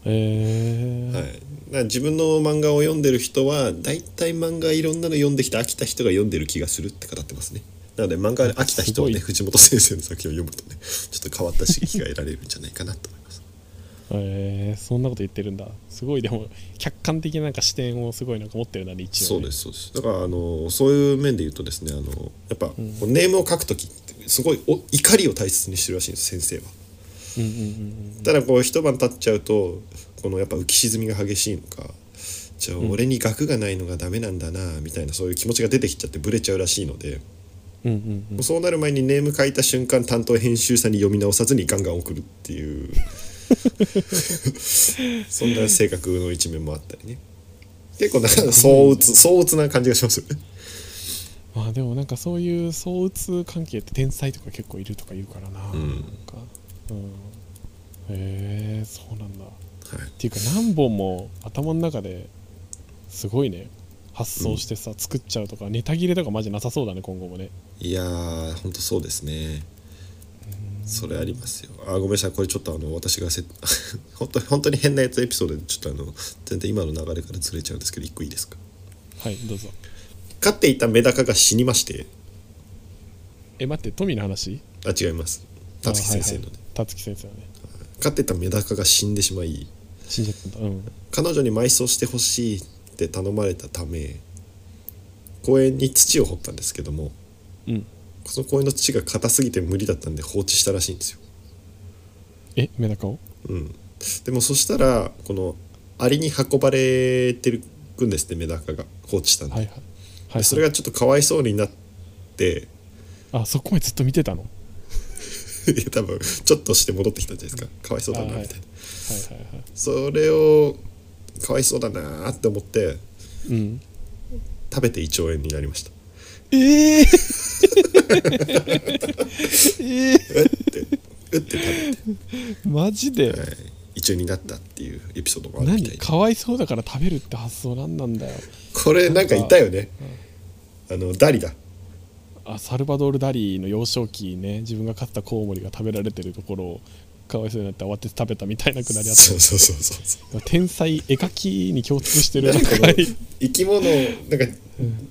S2: えー
S1: はい、だから自分の漫画を読んでる人は大体漫画いろんなの読んできて飽きた人が読んでる気がするって語ってますねなので漫画で飽きた人はね
S2: すごい
S1: 藤本先生の作品を読むとねちょっと変わった刺激が得られるんじゃないかなと思います
S2: えーそんなこと言ってるんだすごいでも客観的ななんか視点をすごいなんか持ってるなね一
S1: そ
S2: 応
S1: う
S2: ね、
S1: ですそうですだからあのそういう面で言うとですねあのやっぱ、こうネームを書く時ってすごいお怒りを大切にしてるらしいんです先生は
S2: うんうん
S1: ただこう一晩経っちゃうとこのやっぱ浮き沈みが激しいのかじゃあ俺に額がないのがダメなんだなみたいなそういう気持ちが出てきちゃってブレちゃうらしいので、
S2: うんうんうんうん
S1: もうそうなる前にネーム書いた瞬間担当編集さんに読み直さずにガンガン送るっていうそんな性格の一面もあったりね結構なんか相うつ相うつな感じがしますよね
S2: まあでもなんかそういう相うつ関係って天才とか結構いるとか言うからな,、
S1: ん
S2: なんかうんへえそうなんだっ
S1: はい
S2: ていうか何本も頭の中ですごいね発想してさ、作っちゃうとかネタ切れとかマジなさそうだね今後もね
S1: いやーほんとそうですねそれありますよあごめんなさいこれちょっとあの私がせ 本当本当に変なやつエピソードでちょっとあの全然今の流れからずれちゃうんですけど一個いいですか
S2: はいどうぞ
S1: 飼っていたメダカが死にまして
S2: え待って富の話
S1: あ違います辰木先生のね、
S2: あはいはい辰木先生のね
S1: 飼ってたメダカが死んでしまい
S2: 死んじゃったんだうん
S1: 彼女に埋葬してほしいって頼まれたため公園に土を掘ったんですけども
S2: うん
S1: その公園の土が硬すぎて無理だったんで放置したらしいんですよ、
S2: えメダカを
S1: うん、でもそしたらこのアリに運ばれてるくんですってメダカが放置したんで,、
S2: はいはいはい、はい、
S1: それがちょっとかわいそうになって
S2: あそこまでずっと見てたのはい
S1: や多分ちょっとして戻ってきたんじゃないですかかわいそうだなみたいな、
S2: あはいいはいはい
S1: それをかわいそうだなって思って
S2: うん
S1: 食べて胃腸炎になりました
S2: ええ
S1: うって
S2: ええ
S1: 食べて
S2: マジで、
S1: はい一応になったっていうエピソードもあるみた
S2: 何
S1: いで
S2: かわいそうだから食べるって発想なんなんだよ
S1: これなんかいたよねあのダリだ
S2: ああサルバドール・ダリの幼少期ね自分が飼ってたコウモリが食べられてるところをかわいそうになって慌てて食べたみたいなくだりあっ
S1: そうそうそうそう
S2: た天才絵描きに共通してる
S1: な
S2: なんん
S1: か
S2: か
S1: もう
S2: はい
S1: 生き物をなんか、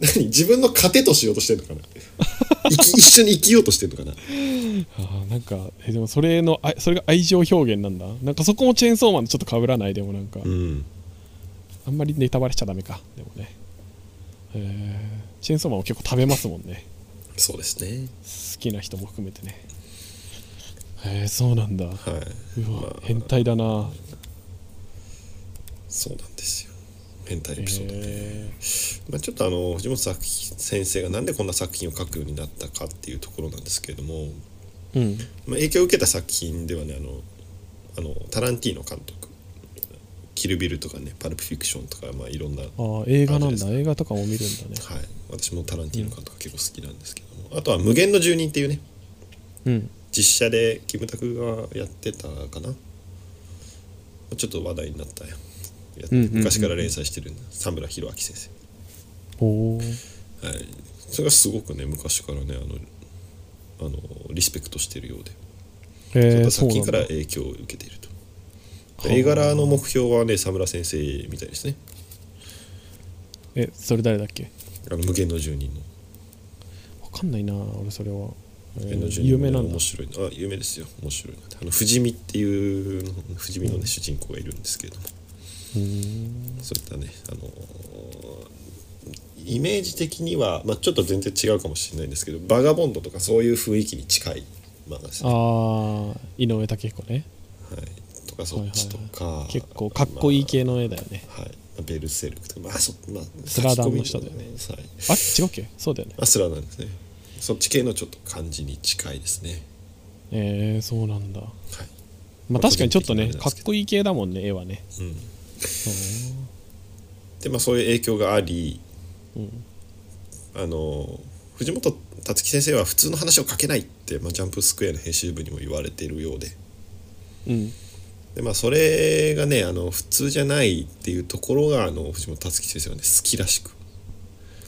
S1: 何自分の糧としようとしてるの かな生き一緒に生きようとしてるのかな
S2: あーなんかえでもそれのあそれが愛情表現なんだなんかそこもチェーンソーマンとちょっと被らないでもなんか、
S1: うん
S2: あんまりネタバレしちゃダメかでもねえーチェーンソーマンも結構食べますもんね
S1: そうですね
S2: 好きな人も含めてねへえそうなんだうわ
S1: はい
S2: 変態だな
S1: そうなんですよ変態エ
S2: へ
S1: ピソード、
S2: え
S1: まあ、ちょっとあの藤本作品先生がなんでこんな作品を書くようになったかっていうところなんですけれども、
S2: うん
S1: まあ、影響を受けた作品ではねあのあのタランティーノ監督「キルビル」とかね「パルプフィクション」とか、まあ、いろんな、はい、
S2: あー映画な
S1: あれ
S2: ん
S1: です
S2: だ映画とかも見るんだね
S1: 私もタランティーノ監督結構好きなんですけどもあとは「無限の住人」っていうね
S2: うん
S1: 実写でキムタクがやってたかなちょっと話題になったやや
S2: うんうんうんうん
S1: 昔から連載してる三村弘明先生
S2: おお
S1: はい、それがすごくね昔からねあのあのリスペクトしてるようで、
S2: え
S1: 作
S2: ー、そう
S1: 品
S2: な
S1: か
S2: ん
S1: ら
S2: だ
S1: 影響を受けていると
S2: はあ
S1: 絵柄の目標はね沢村先生みたいですね
S2: えそれ誰だっけ
S1: あの無限の住人の
S2: わかんないな俺それは、え
S1: 無限の
S2: ー
S1: 住
S2: 有
S1: 人
S2: 名
S1: もね
S2: なんだ
S1: 面白いのあ有名ですよ面白いのあの不死身っていう不死身のね主人公がいるんですけれども
S2: うーん
S1: そういったね、あのイメージ的には、まあ、ちょっと全然違うかもしれないんですけどバガボンドとかそういう雰囲気に近い漫画ですね。は
S2: ああ井上武彦ね
S1: い、とかそっちとか、
S2: 結構かっこいい系の絵だよね
S1: まあはいまあベルセルクとか、まあそまあ、
S2: スラダンの人だよね
S1: 書き込みのはい
S2: あ違うっけそうだよね
S1: あスラダンですねそっち系のちょっと感じに近いですね。
S2: えー、そうなんだ
S1: はい
S2: まあ確かにちょっと
S1: 個人的なあれな
S2: ね
S1: んで
S2: かっ
S1: すけど
S2: こいい系だもんね絵はね
S1: うん、
S2: そう
S1: でまあそういう影響があり、
S2: うん
S1: あの藤本辰樹先生は普通の話を書けないって、まあ、ジャンプスクエアの編集部にも言われているようで
S2: うん
S1: で、まあ、それがねあの普通じゃないっていうところがあの藤本辰樹先生はね好きらしく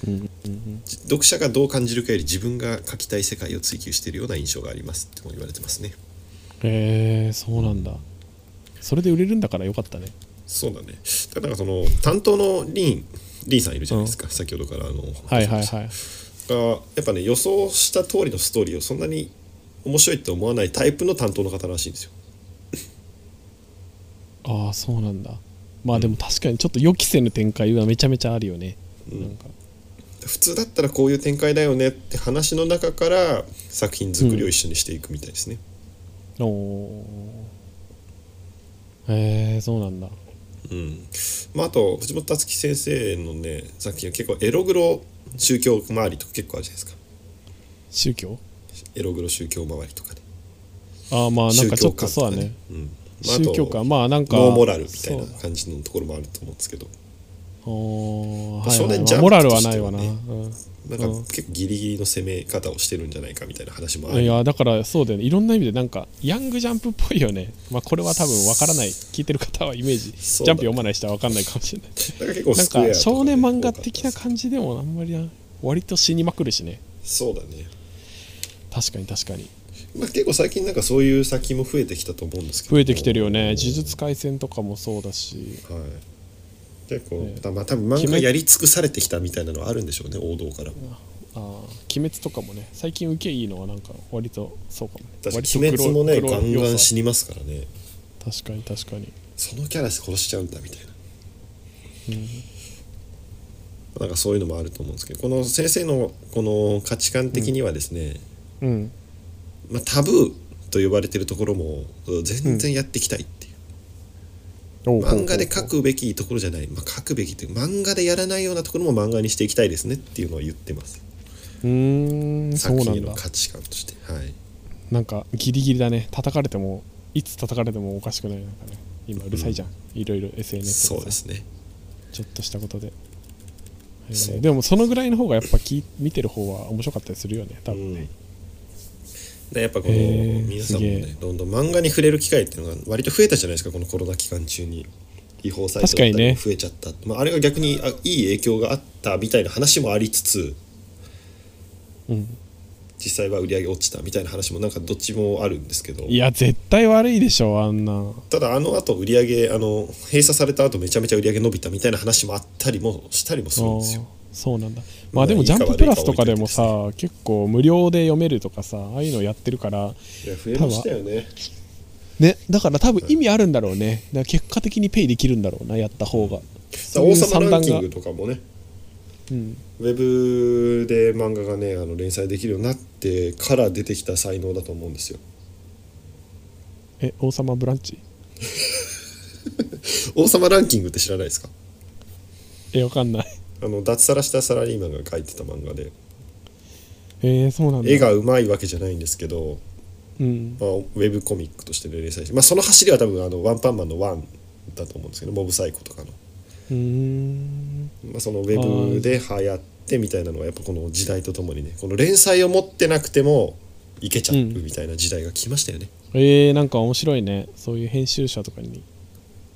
S2: うんうん
S1: じ読者がどう感じるかより自分が書きたい世界を追求しているような印象がありますっても言われてますね
S2: えー、そうなんだそれで売れるんだからよかったね
S1: そうだねただなんかその担当のリンリンさんいるじゃないですか、先ほどからあの
S2: はいはいはい
S1: がやっぱね予想した通りのストーリーをそんなに面白いって思わないタイプの担当の方らしいんですよ
S2: ああそうなんだまあでも確かにちょっと予期せぬ展開はめちゃめちゃあるよね、なんか
S1: 普通だったらこういう展開だよねって話の中から作品作りを一緒にしていくみたいですね、
S2: おおへえー、そうなんだ
S1: うんまあ、あと藤本つ樹先生のね作品は結構エログロ宗教周りとか結構あるじゃないですか
S2: 宗教
S1: エログロ宗教周りとかね
S2: ああまあなん
S1: 宗
S2: かちょ
S1: 教
S2: っと
S1: 観
S2: そうだ
S1: か
S2: ね、
S1: うんまあ、あと
S2: 宗教かまあなんか
S1: ノーモラルみたい
S2: そう
S1: な感じのところもあると思うんですけど
S2: おー
S1: 少
S2: はいはい
S1: 年
S2: ま
S1: ジャン
S2: あ
S1: プ
S2: モ
S1: と
S2: ラ
S1: して
S2: ル
S1: は
S2: は
S1: ね
S2: ないわな、うん
S1: なんか結構ギリギリの攻め方をしてるんじゃないかみたいな話もある
S2: いやだからそうだよねいろんな意味でなんかヤングジャンプっぽいよね、まあ、これは多分わからない聞いてる方はイメージ、ジ
S1: そう
S2: ャン
S1: だ
S2: プ読まない人はわかんないかもしれな
S1: なんか
S2: い
S1: 結構
S2: な
S1: スクエア
S2: ん
S1: とかね、
S2: か少年漫画的な
S1: じ
S2: 感じでもあんまりな割と死にまくるしね
S1: そうだね、
S2: 確かに確かに
S1: まあ、結構最近なんかそういう作品も増えてきたと思うんですけど
S2: 増えてきてるよね呪術廻戦とかもそうだし
S1: はい結構、
S2: ね
S1: たまあ多分漫画やり尽くされてきたみたいなのはあるんでしょうね王道から
S2: あー鬼滅とかもね最近受けいいのはなんか割とそうかもね
S1: 確
S2: 割
S1: か
S2: と
S1: に鬼滅もね
S2: 黒
S1: ガ
S2: 黒
S1: ンガン
S2: 要
S1: 死
S2: 素
S1: にますからね
S2: 確かに確かに
S1: そのキャラ殺しちゃうんだみたいな、なんかそういうのもあると思うんですけどこの先生のこの価値観的にはですね、
S2: うん
S1: まあ、タブーと呼ばれてるところも全然やっていきたいっていう、漫画で書くべきところじゃない、まあ、書くべきっていう漫画でやらないようなところも漫画にしていきたいですねっていうのを言ってます
S2: うーんそう
S1: 作
S2: な
S1: 品へ
S2: んだ
S1: の価値観としてはい
S2: なんかギリギリだね叩かれてもいつ叩かれてもおかしくないなんかね今うるさいじゃん、いろいろ SNS
S1: そ
S2: とか
S1: う
S2: さ
S1: ですね
S2: ちょっとしたことで、えー
S1: そう
S2: でもそのぐらいの方がやっぱき見てる方は面白かったりするよね多分ね、
S1: でやっぱこの
S2: へー
S1: 皆さんも
S2: すげ
S1: ね
S2: え
S1: どんどん漫画に触れる機会っていうのが割と増えたじゃないですかこのコロナ期間中に違法サイトだった
S2: 確かに
S1: り
S2: ね
S1: 増えちゃった、まあ、あれが逆にあいい影響があったみたいな話もありつつ
S2: うん
S1: 実際は売り上げ落ちたみたいな話もなんかどっちもあるんですけど
S2: いや絶対悪いでしょあんな
S1: ただあの後売り上げあの閉鎖された後めちゃめちゃ売り上げ伸びたみたいな話もあったりもしたりもするんですよ
S2: あーそうなんだま
S1: まあ
S2: あでも
S1: い
S2: 「
S1: い
S2: ジ
S1: か
S2: ャンププラス」とかでもさ
S1: 悪
S2: 結構無料で読めるとかさああいうのやってるから
S1: いや増えましたよね
S2: ねだから多分意味あるんだろうねだから結果的にペイできるんだろうなやった方が
S1: だから王様ランキングとかもね
S2: うん
S1: ウェブで漫画がねあの連載できるようになってから出てきた才能だと思うんですよ
S2: え王様ブランチ
S1: 王様ランキングって知らないですか
S2: えわかんない
S1: あの脱サラしたサラリーマンが書いてた漫画で
S2: えー、そうなんだ
S1: 絵がうまいわけじゃないんですけど、
S2: うん
S1: まあ、ウェブコミックとして連載して、まあ、その走りは多分あのワンパンマンのワンだと思うんですけどモブサイコとかの、
S2: うーん
S1: まあ、そのウェブで流行ってみたいなのはやっぱこの時代とともにねこの連載を持ってなくてもいけちゃうみたいな時代が来ましたよね、
S2: えー、なんか面白いねそういう編集者とかに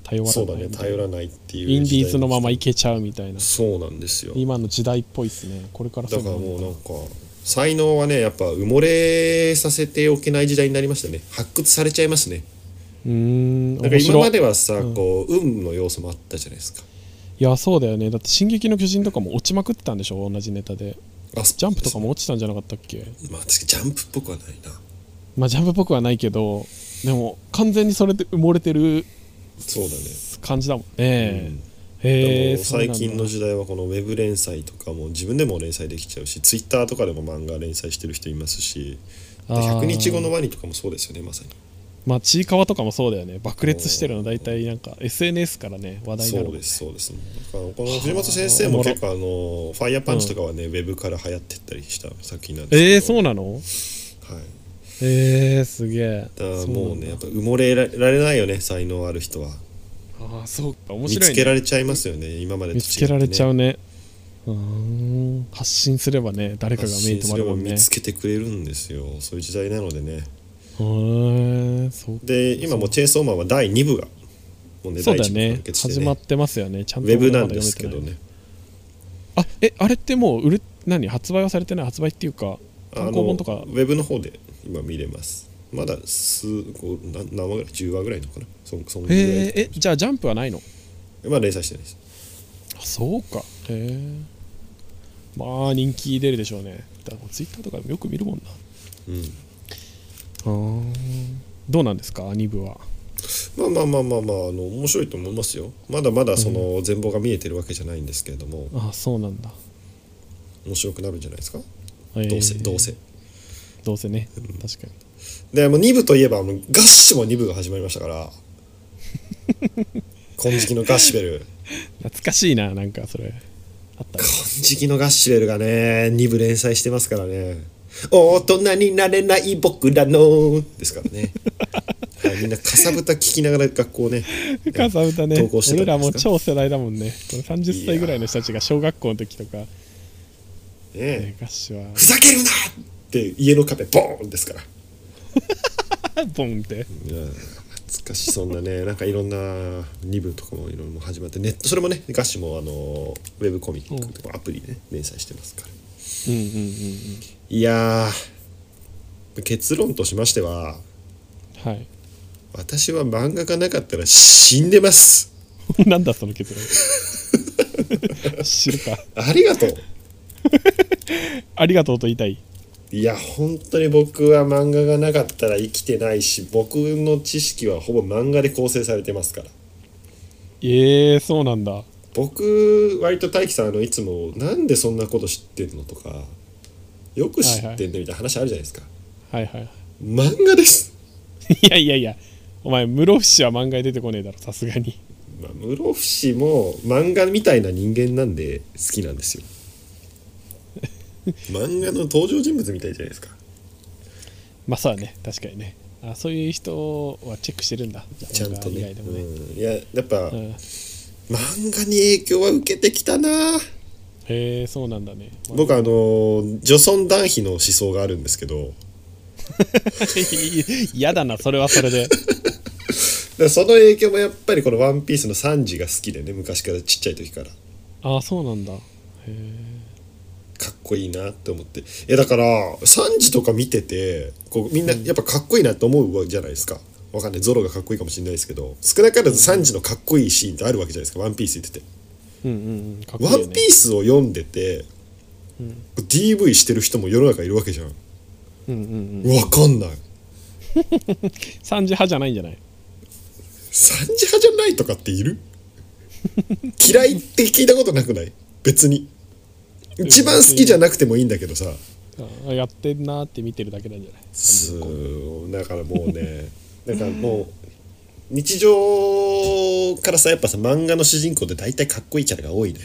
S2: 頼らない
S1: そうだね
S2: みたい
S1: 頼
S2: な
S1: らないっていう
S2: インディーズのままい
S1: い
S2: けちゃうみたいな
S1: そうなんですよ
S2: 今の時代っぽいっすねこれから
S1: だ
S2: そう
S1: から
S2: な
S1: も
S2: の
S1: うなんか才能はねやっぱ埋もれさせておけない時代になりましたね発掘されちゃいますね
S2: うーん
S1: なんか
S2: 面
S1: 今
S2: 白
S1: ま
S2: い
S1: ではさ、こう運の要素もあったじゃないですか
S2: いやそうだよねだって「進撃の巨人」とかも落ちまくってたんでしょ同じネタで
S1: あ
S2: ジャンプとかも落ちたんじゃなかったっけ
S1: まあ確かにジャンプっぽくはないな
S2: まあジャンプっぽくはないけどでも完全にそれで埋もれてる
S1: そうだね、
S2: 感じだもん
S1: う
S2: ね、
S1: ん
S2: へ
S1: で
S2: え
S1: も最近の時代はこのウェブ連載とかも自分でも連載できちゃうしツイッターとかでも漫画連載してる人いますしで100日後のワニとかもそうですよねまさに
S2: まあちいかわとかもそうだよね爆裂してるの大体なんか SNS からね話題に
S1: そ
S2: なる
S1: うですそうですだからこの藤本先生も結構あの「ファイヤーパンチ」とかはね、ウェブから流行ってったりした作品なんですけど
S2: えー、そうなの
S1: はい、
S2: えー、すげえ
S1: だから
S2: そな
S1: もうん
S2: だ
S1: ねやっぱ埋もれられないよね才能ある人は
S2: ああそうか面
S1: 見
S2: 白い、ね、
S1: つけられちゃいますよね今までと違
S2: 見
S1: って、ね、
S2: つけられちゃ
S1: う
S2: うねうーん発信すればね誰かが目に留まるもんね
S1: 見つけてくれるんですよそういう時代なのでね
S2: へーそう
S1: で今もう「チェイソーマン」は第2部がもうね
S2: そうだ
S1: 第一部
S2: ね
S1: 完結して
S2: 始
S1: ね
S2: まってますよねちゃん
S1: ウ
S2: と
S1: ェブ
S2: まだ
S1: なん
S2: まだ
S1: ですけ
S2: 読めて
S1: どね
S2: ないあえあれってもう売る何発売はされてない発売っていうか
S1: あ
S2: 単
S1: の
S2: 行
S1: ウ
S2: 本とか
S1: ェブの方で今見れますまだ数こうな何話ぐらい10話ぐらいのかなそんそんぐ
S2: へ
S1: らい
S2: ええじゃあジャンプはないの
S1: まあ連載してないです
S2: あそうかへえまあ人気出るでしょうねだからツイッターとかでもよく見るもんな
S1: うん
S2: あーどうなんですか2部は
S1: まあまあまあまあまああの面白いと思いますよまだまだその全貌が見えてるわけじゃないんですけれども
S2: あそうなんだ
S1: 面白くなるんじゃないですか
S2: へー
S1: どうせどうせ
S2: どうせね確かに
S1: でもう2部といえばあのガッシュも2部が始まりました から金色のガッシュベル
S2: 懐かしいななんかそれあったね
S1: 金色のガッシュベルがね2部連載してますからね大人になれない僕らのですから ね、はい、みんなかさぶた聞きながら学校ね
S2: かさぶたね
S1: 投稿してた
S2: 俺
S1: んですから
S2: もう超世代だもんねこの30歳ぐらいの人たちが小学校の時とか、ね、
S1: ね
S2: ガッシュは
S1: ふざけるなって家の壁ボーンですから
S2: ボンって
S1: いや懐かしいそんな ねなんかいろんな2部とかもいろいろ始まってネットそれもねガッシュもあのウェブコミックとかアプリで、ね、連載してますから
S2: うんうんうん
S1: いやー結論としましては
S2: うんはい
S1: 私は漫画がなかったら死んでます
S2: なんだその結論知るか
S1: ありがとう
S2: ありがとうと言いたい
S1: いや本当に僕は漫画がなかったら生きてないし僕の知識はほぼ漫画で構成されてますから
S2: ええー、そうなんだ
S1: 僕割と大樹さんあのいつも「なんでそんなこと知ってんの?」とか「よく知ってんね」みたいな話あるじゃないですか、
S2: はいはい
S1: 漫画です、
S2: いやいやいやお前室伏は漫画に出てこねえだろさすがに
S1: まあ、室伏も漫画みたいな人間なんで好きなん ですよ漫画の登場人物みたいじゃないですか
S2: まあそうだね確かにねあそういう人はチェックしてるんだ
S1: ちゃんと
S2: 漫画
S1: ね
S2: 以外でもね、
S1: うん、いややっぱ、
S2: うんへ
S1: 漫画に影響は受けてきたな
S2: えー、そうなんだ ね、まあ
S1: 僕あの女尊男卑の思想があるんですけど
S2: 嫌だなそれはそれ
S1: だ
S2: で
S1: からその影響もやっぱりこの「ワンピースのサンジが好きでね昔からちっちゃい時から
S2: ああそうなんだへえ
S1: かっこいいなって思ってえだから3時とか見ててこうみんなやっぱかっこいいなって思うじゃないですかわかんないゾロがかっこいいかもしれないですけど少なからず3時のかっこいいシーンってあるわけじゃないですか「ワンピース言ってて。
S2: うんうんうんかっこいい
S1: ワ
S2: よね
S1: ンピースを読んでて、DV してる人も世の中いるわけじゃん
S2: うんうんうん
S1: わかんない
S2: 3時派じゃないんじゃない
S1: 三時派じゃないとかっている 嫌いって聞いたことなくない別に一番好きじゃなくてもいいんだけどさ
S2: あやってんなーって見てるだけなんじゃない
S1: そうだからもうね だからもう日常からさやっぱさ漫画の主人公って大体かっこいいキャラが多いね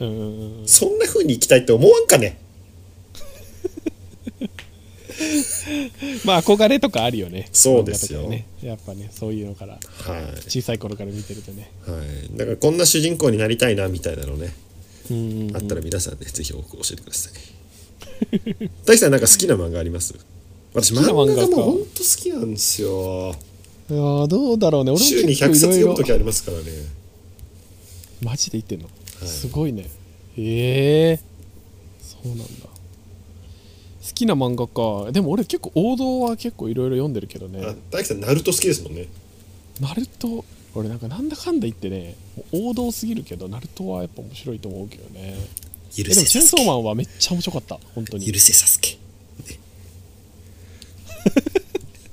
S2: うんうんうんうん
S1: そんな風に生きたいって思わんかね
S2: まあ憧れとかあるよね
S1: そうですよ
S2: 漫画とかねやっぱねそういうのから
S1: はい
S2: 小さい頃から見てるとね
S1: はい、だからこんな主人公になりたいなみたいなのね、
S2: うんうんうん
S1: あったら皆さんねぜひ教えてください 大樹さんなんか好きな漫画あります私
S2: きな
S1: 漫
S2: 漫画
S1: 画
S2: か
S1: がもうほんと好きなんですよ
S2: いやーどうだろうね俺も
S1: 週に
S2: 結
S1: 100
S2: 構
S1: 冊
S2: い
S1: 読
S2: ろ
S1: む
S2: いろ
S1: 時ありますからね
S2: マジで言ってんの、
S1: い
S2: すごいねへえそうなんだ好きな漫画かでも俺結構王道は結構いろいろ読んでるけど
S1: あ
S2: ね
S1: 大樹さんナルト好きですもんね
S2: ナルト俺なんかなんだかんだ言ってねもう王道すぎるけどナルトはやっぱ面白いと思うけどね
S1: 許
S2: えでもチェンソーマンはめっちゃ面白かった本当に
S1: せサスケ ね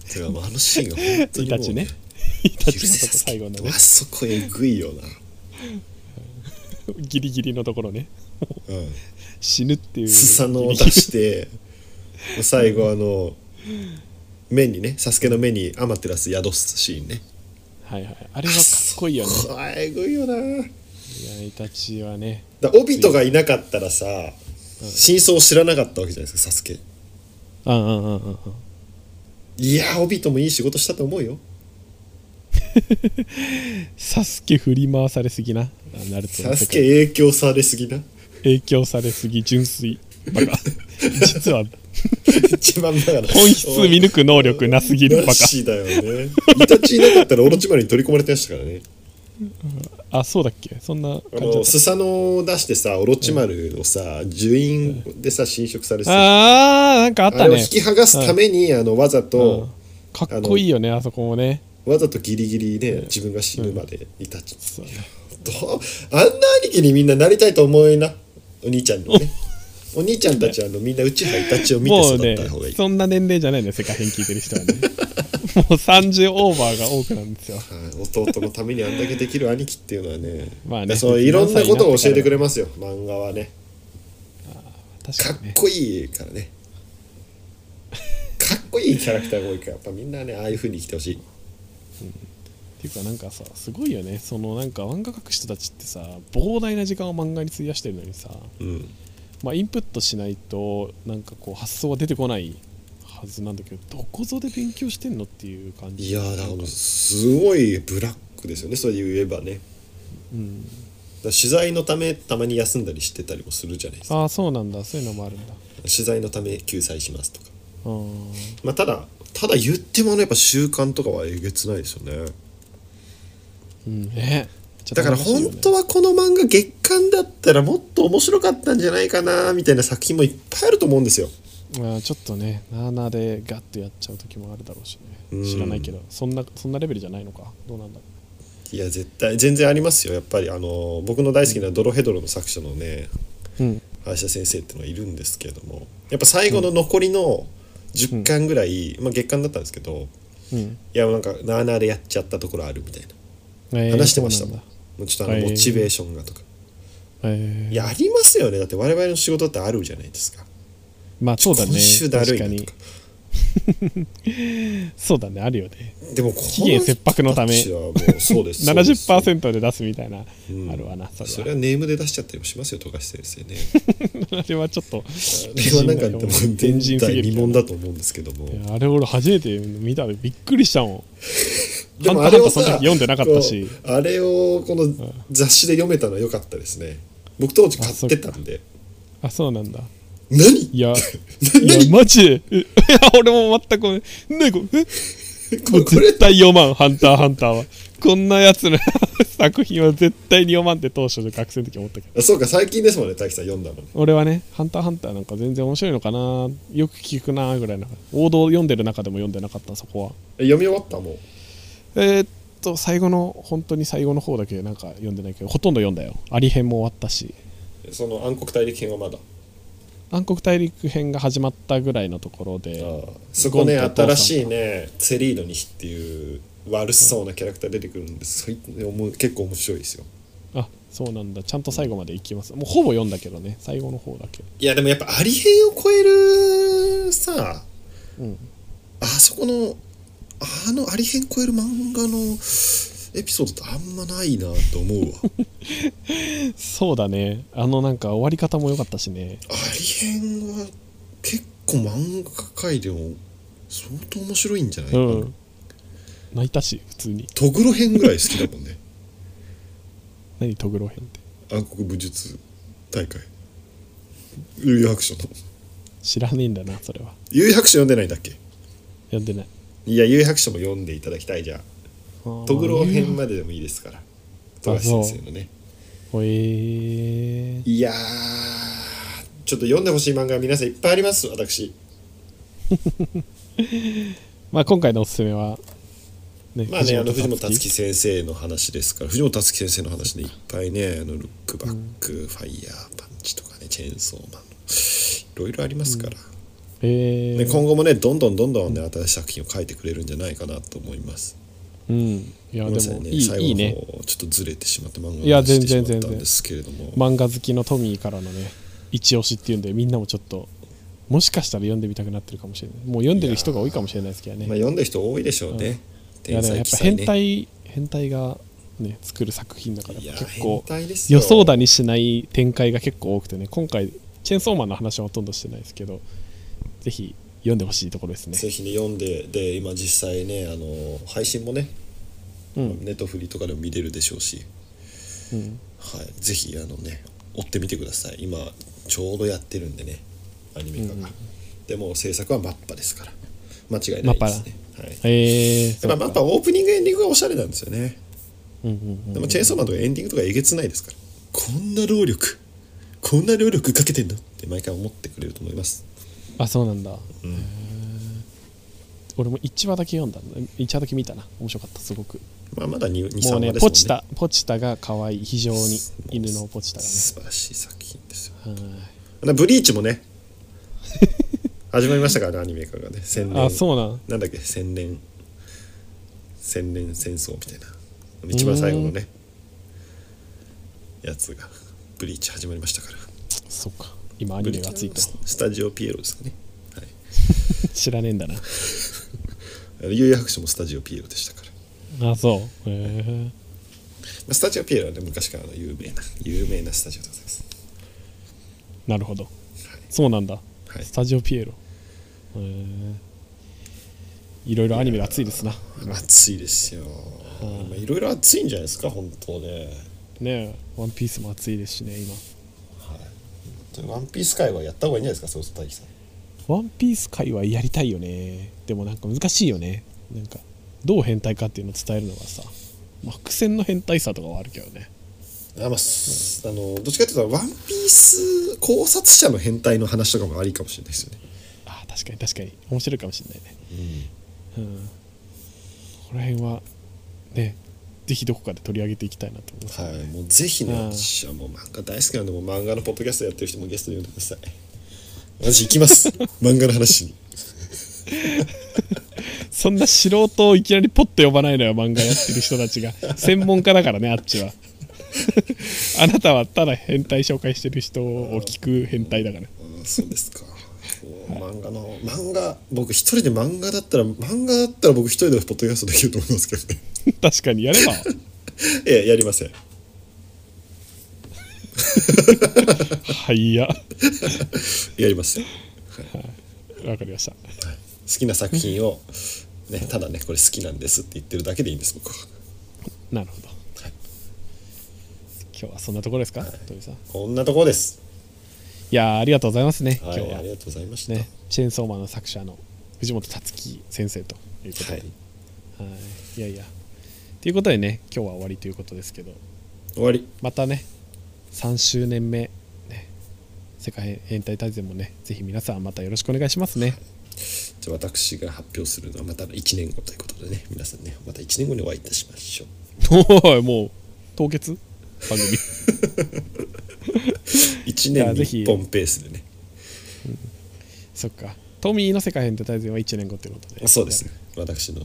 S1: だからもうあのシーンが本当
S2: イ
S1: にも
S2: タ
S1: う
S2: チねイタ
S1: 許
S2: チ
S1: せ
S2: のとこ
S1: サス
S2: 最
S1: ケ
S2: 後の
S1: あ
S2: ね
S1: そこえぐいよな、
S2: ギリギリのところね
S1: うん
S2: 死ぬっていう
S1: スサノを出して最後あ の目にねサスケの目にアマテラス宿すシーンね
S2: はいはいあれはかっこいいよね
S1: あえぐいよない
S2: やイタチはね
S1: だオビトがいなかったらさ真相を知らなかったわけじゃないですかサスケ
S2: うんうんうんうんうん
S1: いやオビトもいい仕事したと思うよ
S2: サスケ振り回されすぎなあナルトの
S1: サ
S2: 世
S1: スケ
S2: 界
S1: 影響されす ぎな
S2: 影響されすぎ純粋 バカ実は
S1: 一番だから
S2: 本質見抜く能力なすぎるバ
S1: なしだよねイタチいなかったらオロチマルに取り込まれてましたからね
S2: カあそうだっけそんな
S1: あ
S2: 感じだ
S1: の
S2: っ
S1: スサノを出してさオロチマルをさ樹院でさ侵食されて
S2: た
S1: た
S2: あーなんかあっ
S1: あ
S2: た
S1: れを
S2: ね
S1: 引き剥がすために、あのわざと、
S2: かっこいいよねあそこもね
S1: わざとギリギリね自分が死ぬまでいたち、
S2: そうね
S1: どうあんな兄貴にみんななりたいと思えなお兄ちゃんのねお兄ちゃんたちはあのみんなうちはいたちを見て
S2: もう
S1: 育
S2: ね
S1: った方がいい、
S2: そんな年齢じゃないね世界編聞いてる人はね もう30オーバーが多くなんですよ
S1: はい弟のためにあんだけできる兄貴っていうのはね
S2: まあ
S1: だ
S2: ね
S1: からそういろんなことを教えてくれますよ漫画はねか
S2: 確
S1: っ
S2: かにね
S1: こいいからねかっこいいキャラクターが多いからやっぱみんなねああいうふうに生きてほしい
S2: っていうかなんかさすごいよねそのなんか漫画描く人たちってさ膨大な時間を漫画に費やしてるのにさ
S1: うん
S2: まあ、インプットしないとなんかこう発想は出てこないはずなんだけどどこぞで勉強してんのっていう感じ
S1: いやーだ
S2: な
S1: か
S2: ん
S1: らすごいブラックですよねそれ言えばね
S2: うん、
S1: だから取材のためたまに休んだりしてたりもするじゃないですか
S2: ああそうなんだそういうのもあるんだ
S1: 取材のため救済しますとか
S2: あー
S1: まあただただ言ってもねやっぱ習慣とかはえげつないですよね
S2: うんね
S1: だから本当
S2: は
S1: はこの漫画月刊だったらもっと面白かったんじゃないかなみたいな作品もいっぱいあると思うんですよ
S2: あーちょっとねなあなあでガッとやっちゃう時もあるだろうし
S1: う
S2: ね
S1: ん
S2: 知らないけどそんなそんなレベルじゃないのかどうなんだろ
S1: いや絶対全然ありますよやっぱりあの僕の大好きな「ドロヘドロ」の作者のね
S2: ううん
S1: 林田先生っていうのがいるんですけれどもやっぱ最後の残りの10巻ぐらい、まあ、月間だったんですけど
S2: うん
S1: いやなんかなあなあでやっちゃったところあるみたいな
S2: えー
S1: 話してました
S2: そ
S1: も、
S2: うんなんだ
S1: もうちょっとあ
S2: へ
S1: の
S2: ー
S1: モチベーションがとか、
S2: えー
S1: いやありますよねだって我々の仕事ってあるじゃないですか
S2: まあそうだね
S1: 今週だる
S2: 確
S1: い
S2: か
S1: な
S2: に
S1: とか
S2: そうだねあるよね
S1: でもこの
S2: 期限切迫の ため
S1: 人ちはもうそうですそうです
S2: 70%で出すみたいな、
S1: うん
S2: あるわなそれは
S1: それはネームで出しちゃったりもしますよ富樫先生ね
S2: あれはちょっと
S1: あれはなんかでも
S2: 前
S1: 前
S2: 人す
S1: 代
S2: ぎる
S1: 未聞だと思うんですけども
S2: いやあれ俺初めて見たのびっくりしたもん
S1: でもあれを
S2: ハンターハン
S1: さ
S2: ターその時読んでなかったし
S1: こうあれをこの雑誌で読めたのは良かったですね僕当時買ってたんで
S2: あそうなんだ
S1: 何
S2: い やい
S1: 何
S2: やマジでえ いや俺も全くねこれえもう
S1: これ
S2: 絶対読まんハンターハンターはこんなやつら 作品は絶対に読まんって当初学生の時思ったけど
S1: そうか最近ですもんね大樹さん読んだのね
S2: 俺はね「ハンターハンター」なんか全然面白いのかなよく聞くなぐらいな王道を読んでる中でも読んでなかったそこは
S1: え読み終わったもう
S2: えーっと最後の本当に最後の方だけなんか読んでないけどほとんど読んだよアリ編も終わったし
S1: その暗黒大陸編はまだ
S2: 暗黒大陸編が始まったぐらいのところで
S1: ああそこね
S2: ゴンとお父さん
S1: 新しいねセリードニヒっていう悪そうなキャラクター出てくるんですそいおも結構面白いですよ
S2: あそうなんだちゃんと最後まで行きますもうほぼ読んだけどね最後の方だけ
S1: いやでもやっぱアリ編を超えるさ
S2: うん
S1: あそこのあのアリ編超える漫画のエピソードってあんまないなと思うわ
S2: そうだねあのなんか終わり方も良かったしね
S1: アリ編は結構漫画界でも相当面白いんじゃないか
S2: う
S1: な、
S2: ん泣いたし普通に
S1: トグロ編ぐらい好きだもんね
S2: 何トグロ編って
S1: 暗黒武術大会悠々白書の
S2: 知らねえんだなそれは
S1: 悠々白書読んでないんだっけ
S2: 読んでない
S1: いや悠々白書も読んでいただきたいじゃあトグロ編
S2: も
S1: まででもいいですから富樫先生のね
S2: えー、
S1: いやーちょっと読んでほしい漫画は皆さんいっぱいあります私
S2: まあ今回のおすすめはね
S1: まあねあの藤本
S2: たつ
S1: つ
S2: き
S1: き先生の話ですから藤本つき先生の話でいっぱいねあのルックバック、ファイヤーパンチとかねチェーンソーマンいろいろありますから、
S2: え
S1: ね、
S2: ー、
S1: 今後もねどんどんどんどんね新しい作品を書いてくれるんじゃないかなと思います
S2: うんいや
S1: ごめ
S2: で
S1: んなさい
S2: も
S1: ね
S2: いい,、
S1: 最
S2: いい
S1: 後の
S2: ね
S1: 方ちょっとずれてしまって漫画の
S2: いや
S1: 話してしま
S2: 全然
S1: った
S2: 全
S1: ん
S2: 然
S1: ですけれども
S2: 漫画好きのトミーからのね一押しっていうんでみんなもちょっともしかしたら読んでみたくなってるかもしれないもう読んでる人が多いかもしれないですけどね
S1: まあ、読んでる人多いでしょうね、
S2: い
S1: 天
S2: やでもや
S1: 才
S2: っ
S1: 奇
S2: ぱ
S1: 才
S2: 変
S1: ね
S2: 態変態がね作る作品だから
S1: いや
S2: 結
S1: 変
S2: 構
S1: 態ですよ
S2: 予想だにしない展開が結構多くてね今回チェーンソーマンの話はほとんどしてないですけどぜひ読んでほしいところですね
S1: ぜひね読んでで今実際ねあの配信もね、
S2: うん
S1: ネットフリとかでも見れるでしょうし、
S2: うん
S1: はい、ぜひあのね追ってみてください今ちょうどやってるんでねアニメ化が、でも制作はマッパですから間違いないですねはい
S2: えー、
S1: やっぱマッパオープニングエンディングがおしゃれなんですよね
S2: うんうん
S1: でもチェーンソーマンとかエンディングとかえげつないですからこんな労力こんな労力かけてんだって毎回思ってくれると思います
S2: あそうなんだ、へー俺も1話だけ読んだ1話だけ見たな面白かったすごく
S1: まあまだ23話です
S2: も
S1: も
S2: うん
S1: ね
S2: ねポチタポチタが可愛い非常に犬のポチタが
S1: 素晴らしい作品ですよ
S2: ねはい
S1: あのブリーチも ね始まりましたからねアニメ化がね千年
S2: あそうなん
S1: なんだっけ千年千年戦争みたいな一番最後のねやつがブリーチ始まりましたから
S2: そっか今ア
S1: ブ
S2: ニ
S1: リ
S2: メ
S1: ー
S2: が
S1: チ
S2: 熱いと
S1: ススタジオピエロですかねはい
S2: 知らねえんだな
S1: あの幽遊白書もスタジオピエロでしたから、
S2: あそうへ
S1: ま
S2: え
S1: あ、スタジオピエロはね昔からの有名な有名なスタジオでございます
S2: なるほど
S1: はい
S2: そうなんだ、
S1: はい
S2: スタジオピエロへえいろいろアニメが熱いですな
S1: 暑いですよまあいろいろ暑いんじゃないですか本当ね
S2: ねえワンピースも熱いですしね今
S1: はいワンピース界はやった方がいいんじゃないですかそうそう大樹さん
S2: ワンピース界はやりたいよねでもなんか難しいよねなんかどう変態かっていうのを伝えるのがさ、まあ、伏線の変態さとかはあるけどね
S1: あまあ、すあのどっちかっていうと「ワンピース考察者の変態の話とかもありかもしれないですよね。
S2: あー確かに確かに面白いかもしれないねうんここら辺はねぜひどこかで取り上げていきたいなと思います、
S1: はい、もうぜひね、
S2: うん
S1: 私はもう漫画大好きなんで、もう漫画のポッドキャストやってる人もゲストに呼んでください。私行きます。漫画の話に。
S2: そんな素人をいきなりポッと呼ばないのよ漫画やってる人たちが専門家だからねあっちは あなたはただ変態紹介してる人を聞く変態だか ら
S1: あそうですか。もう漫画の漫画僕一人で漫画だったら漫画だったら僕一人でポッドキャストできると思いますけどね。
S2: 確かにやれば
S1: いややりません。
S2: はいや
S1: やりません。
S2: わかりました
S1: 好きな作品を、ね、ただねこれ好きなんですって言ってるだけでいいんです僕は。
S2: なるほど今日はそんなところですか鳥さんい
S1: こんなところです。
S2: やーありがとうございますね今
S1: は
S2: 日
S1: い、
S2: は
S1: ありがとうございました。
S2: ねチェーンソーマンの作者の藤本つ樹先生ということで
S1: はい、
S2: はい、いやいやということでね今日は終わりということですけど
S1: 終わり
S2: またね3周年目、ね、世界変態大全もねぜひ皆さんまたよろしくお願いしますね
S1: じゃあ私が発表するのはまた1年後ということでね皆さんねまた1年後にお会いいたしましょう
S2: おいもう凍結番組
S1: 1
S2: じゃ
S1: 年
S2: あぜ
S1: に
S2: ひ
S1: 1本ペースでね
S2: そっかトミーの世界変態大全は1年後ということで
S1: そうですね私の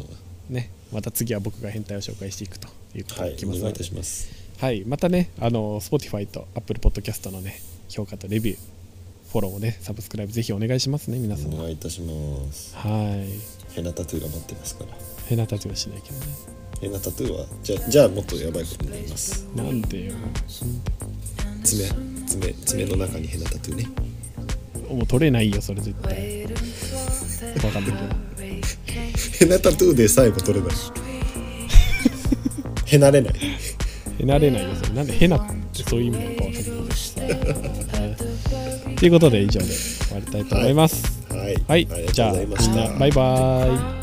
S2: ねまた次は僕が変態を紹介していくということ
S1: は
S2: で
S1: い
S2: いき
S1: お
S2: ますので、
S1: 願いいたします
S2: はい、またね、あの、Spotify と Apple Podcast のね、評価とレビュー、フォローをね、サブスクライブぜひお願いしますね、皆さん。
S1: お
S2: は
S1: 願いいたします
S2: い。
S1: ヘナタトゥーが待ってますから
S2: 変なタトゥーはしないけどね。
S1: ヘナタトゥーはじゃあじゃあもっとやばいことになります
S2: なんでよ。
S1: 爪爪爪の中にヘナタトゥーね
S2: もう取れないよ、それ絶対。わかんないけど。
S1: ヘナタトゥーでさえも取れない へなれない
S2: へなれないよ、それ。なんで変なってそういう意味なのかわかんないけどはい。ということで、以上で終わりたいと思います。
S1: はい、
S2: はい、
S1: ありが
S2: じ
S1: とう
S2: ゃあ、
S1: ござい
S2: みん
S1: ました
S2: な、バイバーイ。